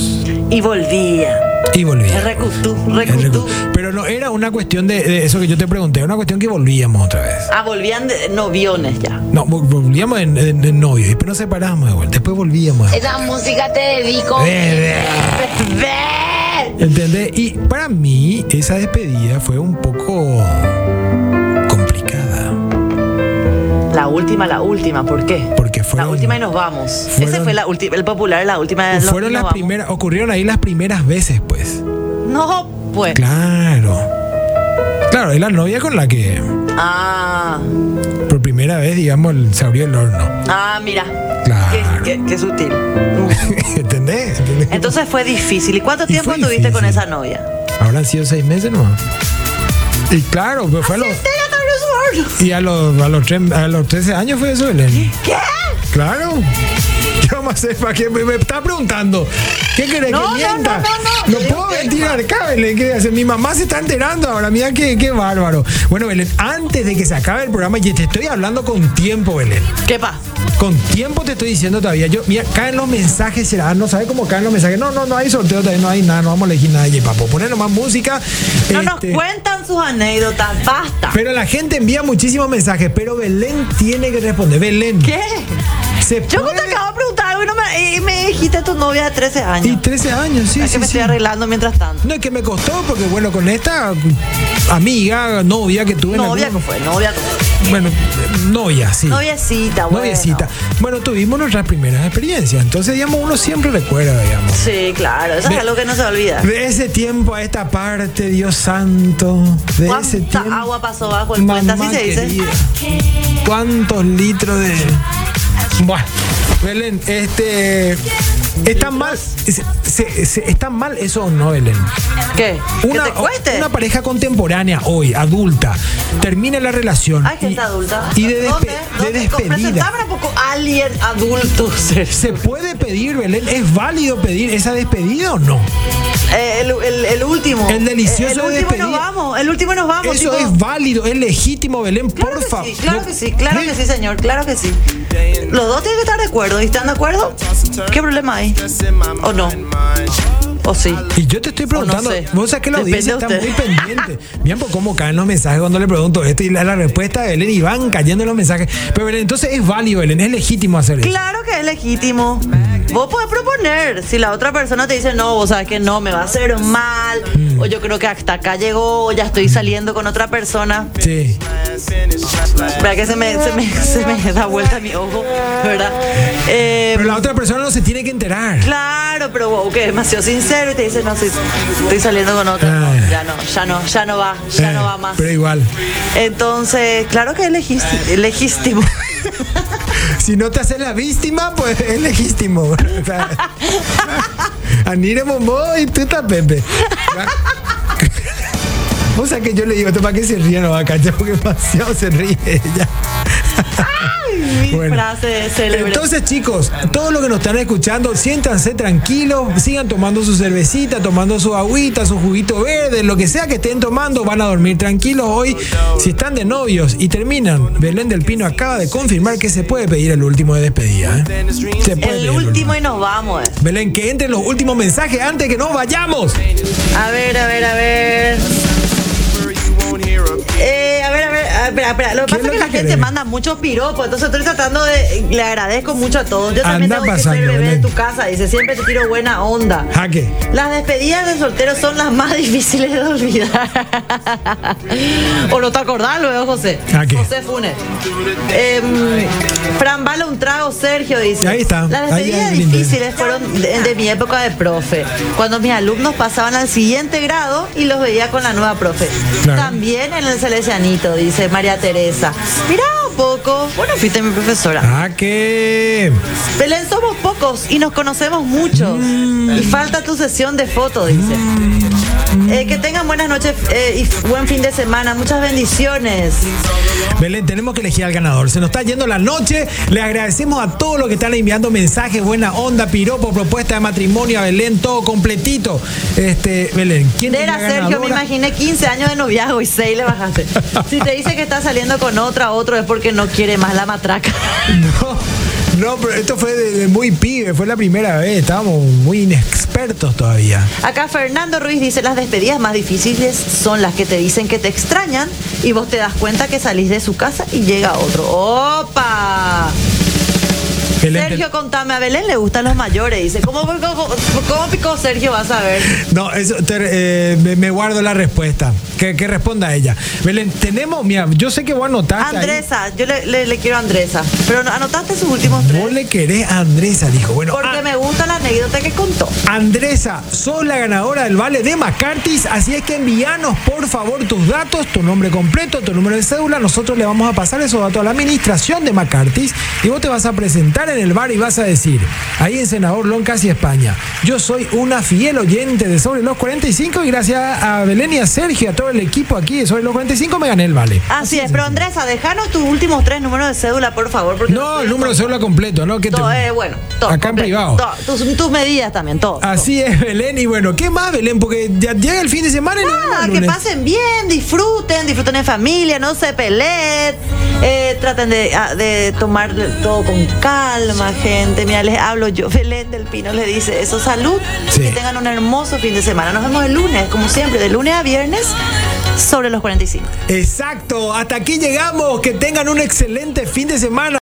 [SPEAKER 1] Y volvía.
[SPEAKER 2] Y volví.
[SPEAKER 1] Recutú, recutú.
[SPEAKER 2] Pero no, era una cuestión de, de eso que yo te pregunté, era una cuestión que volvíamos otra vez.
[SPEAKER 1] Ah, volvían de noviones ya.
[SPEAKER 2] No, vol- volvíamos en, en- en novio, pero nos separamos de vuelta, después volvíamos. de
[SPEAKER 5] Esa
[SPEAKER 2] vuelta.
[SPEAKER 5] música te dedico.
[SPEAKER 2] Eh, eh.
[SPEAKER 1] ¡Ve!
[SPEAKER 2] ¿Entendés? Y para mí esa despedida fue un poco complicada.
[SPEAKER 1] La última, la última, ¿por qué?
[SPEAKER 2] Porque fueron-
[SPEAKER 1] La última y nos vamos. Ese
[SPEAKER 2] fueron-
[SPEAKER 1] fue la última, el popular, la última. de los
[SPEAKER 2] Fueron
[SPEAKER 1] y nos
[SPEAKER 2] las
[SPEAKER 1] vamos.
[SPEAKER 2] primeras, ocurrieron ahí las primeras veces, pues.
[SPEAKER 1] No, pues.
[SPEAKER 2] Claro. Claro, es la novia con la que
[SPEAKER 1] Ah,
[SPEAKER 2] por primera vez, digamos, el- se abrió el horno.
[SPEAKER 1] ah, mira.
[SPEAKER 2] Claro.
[SPEAKER 1] Qué, qué- qué sutil.
[SPEAKER 2] ¿Entendés? ¿Entendés?
[SPEAKER 1] Entonces fue difícil. ¿Y cuánto
[SPEAKER 2] Y
[SPEAKER 1] tiempo
[SPEAKER 2] fue
[SPEAKER 1] estuviste con
[SPEAKER 2] difícil.
[SPEAKER 1] esa novia?
[SPEAKER 2] Habrán sido seis meses nomás. Y claro, pues fue a los,
[SPEAKER 1] ¡Entera, abrió su horno!
[SPEAKER 2] y a los, a los, tres- a los 13 años fue eso, Belén.
[SPEAKER 1] ¿Qué?
[SPEAKER 2] Claro. ¿Qué vamos a hacer? ¿Para qué? Me, me está preguntando. ¿Qué querés
[SPEAKER 1] No, no,
[SPEAKER 2] que mienta?
[SPEAKER 1] no, no, no. Yo
[SPEAKER 2] puedo
[SPEAKER 1] digo,
[SPEAKER 2] mentir acá, Belén. ¿Qué hace? Mi mamá se está enterando ahora. Mira qué, qué bárbaro. Bueno, Belén, antes de que se acabe el programa, y te estoy hablando con tiempo, Belén.
[SPEAKER 1] ¿Qué pa?
[SPEAKER 2] Con tiempo te estoy diciendo todavía. Yo, mira, caen los mensajes, será, no sabe cómo caen los mensajes. No, no, no hay sorteo todavía, no hay nada, no vamos a elegir nada de Papo. Poner más música.
[SPEAKER 1] No
[SPEAKER 2] este,
[SPEAKER 1] nos cuentan sus anécdotas, basta.
[SPEAKER 2] Pero la gente envía muchísimos mensajes, pero Belén tiene que responder. Belén,
[SPEAKER 1] ¿Qué?
[SPEAKER 2] ¿se
[SPEAKER 1] Yo
[SPEAKER 2] puede?
[SPEAKER 1] te acabo de preguntar algo y, no me, y me dijiste tu novia de 13
[SPEAKER 2] Y
[SPEAKER 1] años.
[SPEAKER 2] 13 años, sí,
[SPEAKER 1] Es
[SPEAKER 2] sí,
[SPEAKER 1] que me
[SPEAKER 2] sí.
[SPEAKER 1] estoy arreglando mientras tanto.
[SPEAKER 2] No, es que me costó, porque bueno, con esta amiga, novia que tuve. en
[SPEAKER 1] Novia que
[SPEAKER 2] algún-
[SPEAKER 1] fue, novia que fue.
[SPEAKER 2] Bueno, eh, novia, sí.
[SPEAKER 1] Noviecita, bueno.
[SPEAKER 2] Noviecita. Bueno, tuvimos nuestras primeras experiencias. Entonces, digamos, uno siempre recuerda, digamos.
[SPEAKER 1] Sí, claro, eso
[SPEAKER 2] Ve-
[SPEAKER 1] es algo que no se olvida.
[SPEAKER 2] De ese tiempo a esta parte, Dios santo. De ese
[SPEAKER 1] ¿Cuánta
[SPEAKER 2] tiempo.
[SPEAKER 1] agua pasó bajo el puente? Así
[SPEAKER 2] Mamá
[SPEAKER 1] se dice.
[SPEAKER 2] querida, ¿Cuántos litros de.? Bueno, Belén, este. ¿Está mal, se- se- se- ¿Está mal eso o no, Belén?
[SPEAKER 1] ¿Qué?
[SPEAKER 2] Una,
[SPEAKER 1] ¿Que te cueste?
[SPEAKER 2] una pareja contemporánea hoy, adulta, termina la relación.
[SPEAKER 1] Hay gente
[SPEAKER 2] y-
[SPEAKER 1] adulta.
[SPEAKER 2] Y de, despe-
[SPEAKER 1] ¿Dónde?
[SPEAKER 2] de
[SPEAKER 1] ¿Dónde?
[SPEAKER 2] despedida.
[SPEAKER 1] Presentame un poco alguien adulto.
[SPEAKER 2] ¿Se puede pedir, Belén? ¿Es válido pedir esa despedida o no?
[SPEAKER 1] Eh, el, el- el último. Eh,
[SPEAKER 2] El delicioso
[SPEAKER 1] El
[SPEAKER 2] de
[SPEAKER 1] último y nos
[SPEAKER 2] despedida.
[SPEAKER 1] vamos. El último y nos vamos.
[SPEAKER 2] Eso
[SPEAKER 1] tipo-
[SPEAKER 2] es válido, es legítimo, Belén,
[SPEAKER 1] Claro
[SPEAKER 2] por
[SPEAKER 1] que
[SPEAKER 2] favor.
[SPEAKER 1] sí, claro que sí, claro que sí, señor, claro que sí. Los dos tienen que estar de acuerdo. ¿Y están de acuerdo? ¿Qué problema hay? ¿O no? ¿O sí?
[SPEAKER 2] Y yo te estoy preguntando,
[SPEAKER 1] sé.
[SPEAKER 2] vos sabés que la
[SPEAKER 1] Depende
[SPEAKER 2] audiencia
[SPEAKER 1] de
[SPEAKER 2] está
[SPEAKER 1] usted.
[SPEAKER 2] muy pendiente. Bien, pues cómo caen los mensajes cuando le pregunto esto y la, la respuesta de Belén y van cayendo los mensajes. Pero Belén, entonces es válido, Belén, es legítimo hacer eso.
[SPEAKER 1] Claro que es legítimo. Vos podés proponer. Si la otra persona te dice, no, vos sabes que no, me va a hacer mal. O yo creo que hasta acá llegó, o ya estoy saliendo con otra persona.
[SPEAKER 2] Sí.
[SPEAKER 1] ¿Verdad que se me, se me, se me da vuelta mi ojo? ¿Verdad? Eh,
[SPEAKER 2] Pero la otra persona no se tiene que enterar.
[SPEAKER 1] Claro, pero wow, que es demasiado sincero y te dice, no, sí, estoy saliendo con otra. No,
[SPEAKER 2] Ah.
[SPEAKER 1] ya no, ya no, ya no va, ya
[SPEAKER 2] Eh,
[SPEAKER 1] no va más.
[SPEAKER 2] Pero igual,
[SPEAKER 1] Entonces, claro que es legis- es legítimo.
[SPEAKER 2] si no te haces la víctima, pues es legítimo. O sea, Anire Mombo y tú estás Pepe. O sea que yo le digo, esto para que se ríe, no va a cachar, porque demasiado se ríe ella.
[SPEAKER 1] Mi
[SPEAKER 2] Bueno.
[SPEAKER 1] frase célebre.
[SPEAKER 2] Entonces, chicos, todos los que nos están escuchando, siéntanse tranquilos, sigan tomando su cervecita, tomando su agüita, su juguito verde, lo que sea que estén tomando, van a dormir tranquilos hoy. Si están de novios y terminan, Belén del Pino acaba de confirmar que se puede pedir el último de despedida. ¿eh? Se puede pedir
[SPEAKER 1] el
[SPEAKER 2] el último.
[SPEAKER 1] último y nos vamos. eh.
[SPEAKER 2] Belén, que entren los últimos mensajes antes que nos vayamos.
[SPEAKER 1] A ver, a ver, a ver. Eh, a ver, a ver, a- espera, espera. Lo que pasa
[SPEAKER 2] ¿Qué es
[SPEAKER 1] es
[SPEAKER 2] lo
[SPEAKER 1] que la
[SPEAKER 2] que
[SPEAKER 1] gente
[SPEAKER 2] querés?
[SPEAKER 1] manda muchos piropos, entonces estoy tratando de. Le agradezco mucho a todos. Yo también
[SPEAKER 2] Anda
[SPEAKER 1] tengo que
[SPEAKER 2] pasando,
[SPEAKER 1] ser bebé
[SPEAKER 2] Belén.
[SPEAKER 1] en tu casa, dice. Siempre te tiro buena onda.
[SPEAKER 2] Jaque.
[SPEAKER 1] Las despedidas de solteros son las más difíciles de olvidar. o no te acordás luego, José.
[SPEAKER 2] ¿A qué?
[SPEAKER 1] José Funes. Em, Fran Bala un trago, Sergio dice.
[SPEAKER 2] Ahí está.
[SPEAKER 1] Las
[SPEAKER 2] Ahí
[SPEAKER 1] despedidas
[SPEAKER 2] hay un interés.
[SPEAKER 1] difíciles fueron de, de mi época de profe. Cuando mis alumnos pasaban al siguiente grado y los veía con la nueva profe.
[SPEAKER 2] Claro.
[SPEAKER 1] También en el Salesianito, dice María Teresa. Mirá un poco. Bueno, fuiste mi profesora.
[SPEAKER 2] Jaque.
[SPEAKER 1] Belén, somos pocos y nos conocemos muchos.
[SPEAKER 2] Mm.
[SPEAKER 1] Y falta tu sesión de fotos, dice. Eh, que tengan buenas noches eh, y f- buen fin de semana. Muchas bendiciones.
[SPEAKER 2] Belén, tenemos que elegir al ganador. Se nos está yendo la noche. Le agradecemos a todos los que están enviando mensajes, buena onda, piropo, propuesta de matrimonio a Belén, todo completito. Este, Belén, ¿quién es
[SPEAKER 1] Era
[SPEAKER 2] la
[SPEAKER 1] Sergio, me
[SPEAKER 2] ganadora?
[SPEAKER 1] imaginé 15 años de noviazgo y 6 le bajaste. Si te dice que está saliendo con otra, otro es porque no quiere más la matraca.
[SPEAKER 2] No, no, pero esto fue de, de muy pibe, fue la primera vez. Estábamos muy inexpertos todavía.
[SPEAKER 1] Acá Fernando Ruiz dice, las despedidas más difíciles son las que te dicen que te extrañan y vos te das cuenta que salís de su casa y llega otro. ¡Opa!
[SPEAKER 2] Belén, te-
[SPEAKER 1] Sergio, contame, a Belén le gustan los mayores, dice. ¿Cómo, cómo, cómo picó Sergio? Vas a ver.
[SPEAKER 2] No, eso, te- eh, me, me guardo la respuesta. Que, que responda ella. Belén, tenemos, mira, yo sé que vos anotaste. ahí.
[SPEAKER 1] Andresa, yo le, le- le quiero a Andresa. Pero no- anotaste sus últimos
[SPEAKER 2] Vos
[SPEAKER 1] tres.
[SPEAKER 2] le querés a Andresa, dijo. Bueno,
[SPEAKER 1] Porque
[SPEAKER 2] ah,
[SPEAKER 1] me gusta la anécdota que contó.
[SPEAKER 2] Andresa, sos la ganadora del vale de McCarthy's, así es que envíanos por favor tus datos, tu nombre completo, tu número de cédula. Nosotros le vamos a pasar esos datos a la administración de McCarthy's y vos te vas a presentar en el al bar y vas a decir, ahí en Senador Lon, casi España, yo soy una fiel oyente de Sobre los 45 y gracias a Belén y a Sergio y a todo el equipo aquí de Sobre los 45 me gané el vale.
[SPEAKER 1] Así es, pero Andresa, dejanos tus últimos tres números de cédula, por favor. Porque
[SPEAKER 2] No, el número de celular completo, ¿no? ¿Qué te-
[SPEAKER 1] Todo, eh, bueno, todo.
[SPEAKER 2] Acá en
[SPEAKER 1] completo,
[SPEAKER 2] privado.
[SPEAKER 1] todo, tus, tus medidas también, todo.
[SPEAKER 2] Así es, Belén. Y bueno, ¿qué más, Belén? Porque ya llega el fin de semana y nos vemos
[SPEAKER 1] Nada,
[SPEAKER 2] el
[SPEAKER 1] Ah, que
[SPEAKER 2] lunes.
[SPEAKER 1] pasen bien, disfruten, disfruten en familia, no se peleen, eh, traten de, ah, de tomar todo con calma, gente. Mira, les hablo yo, Belén del Pino les dice eso, salud,
[SPEAKER 2] Sí.
[SPEAKER 1] que tengan un hermoso fin de semana. Nos vemos el lunes, como siempre, de lunes a viernes, sobre los 45.
[SPEAKER 2] Exacto. Hasta aquí llegamos. Que tengan un excelente fin de semana.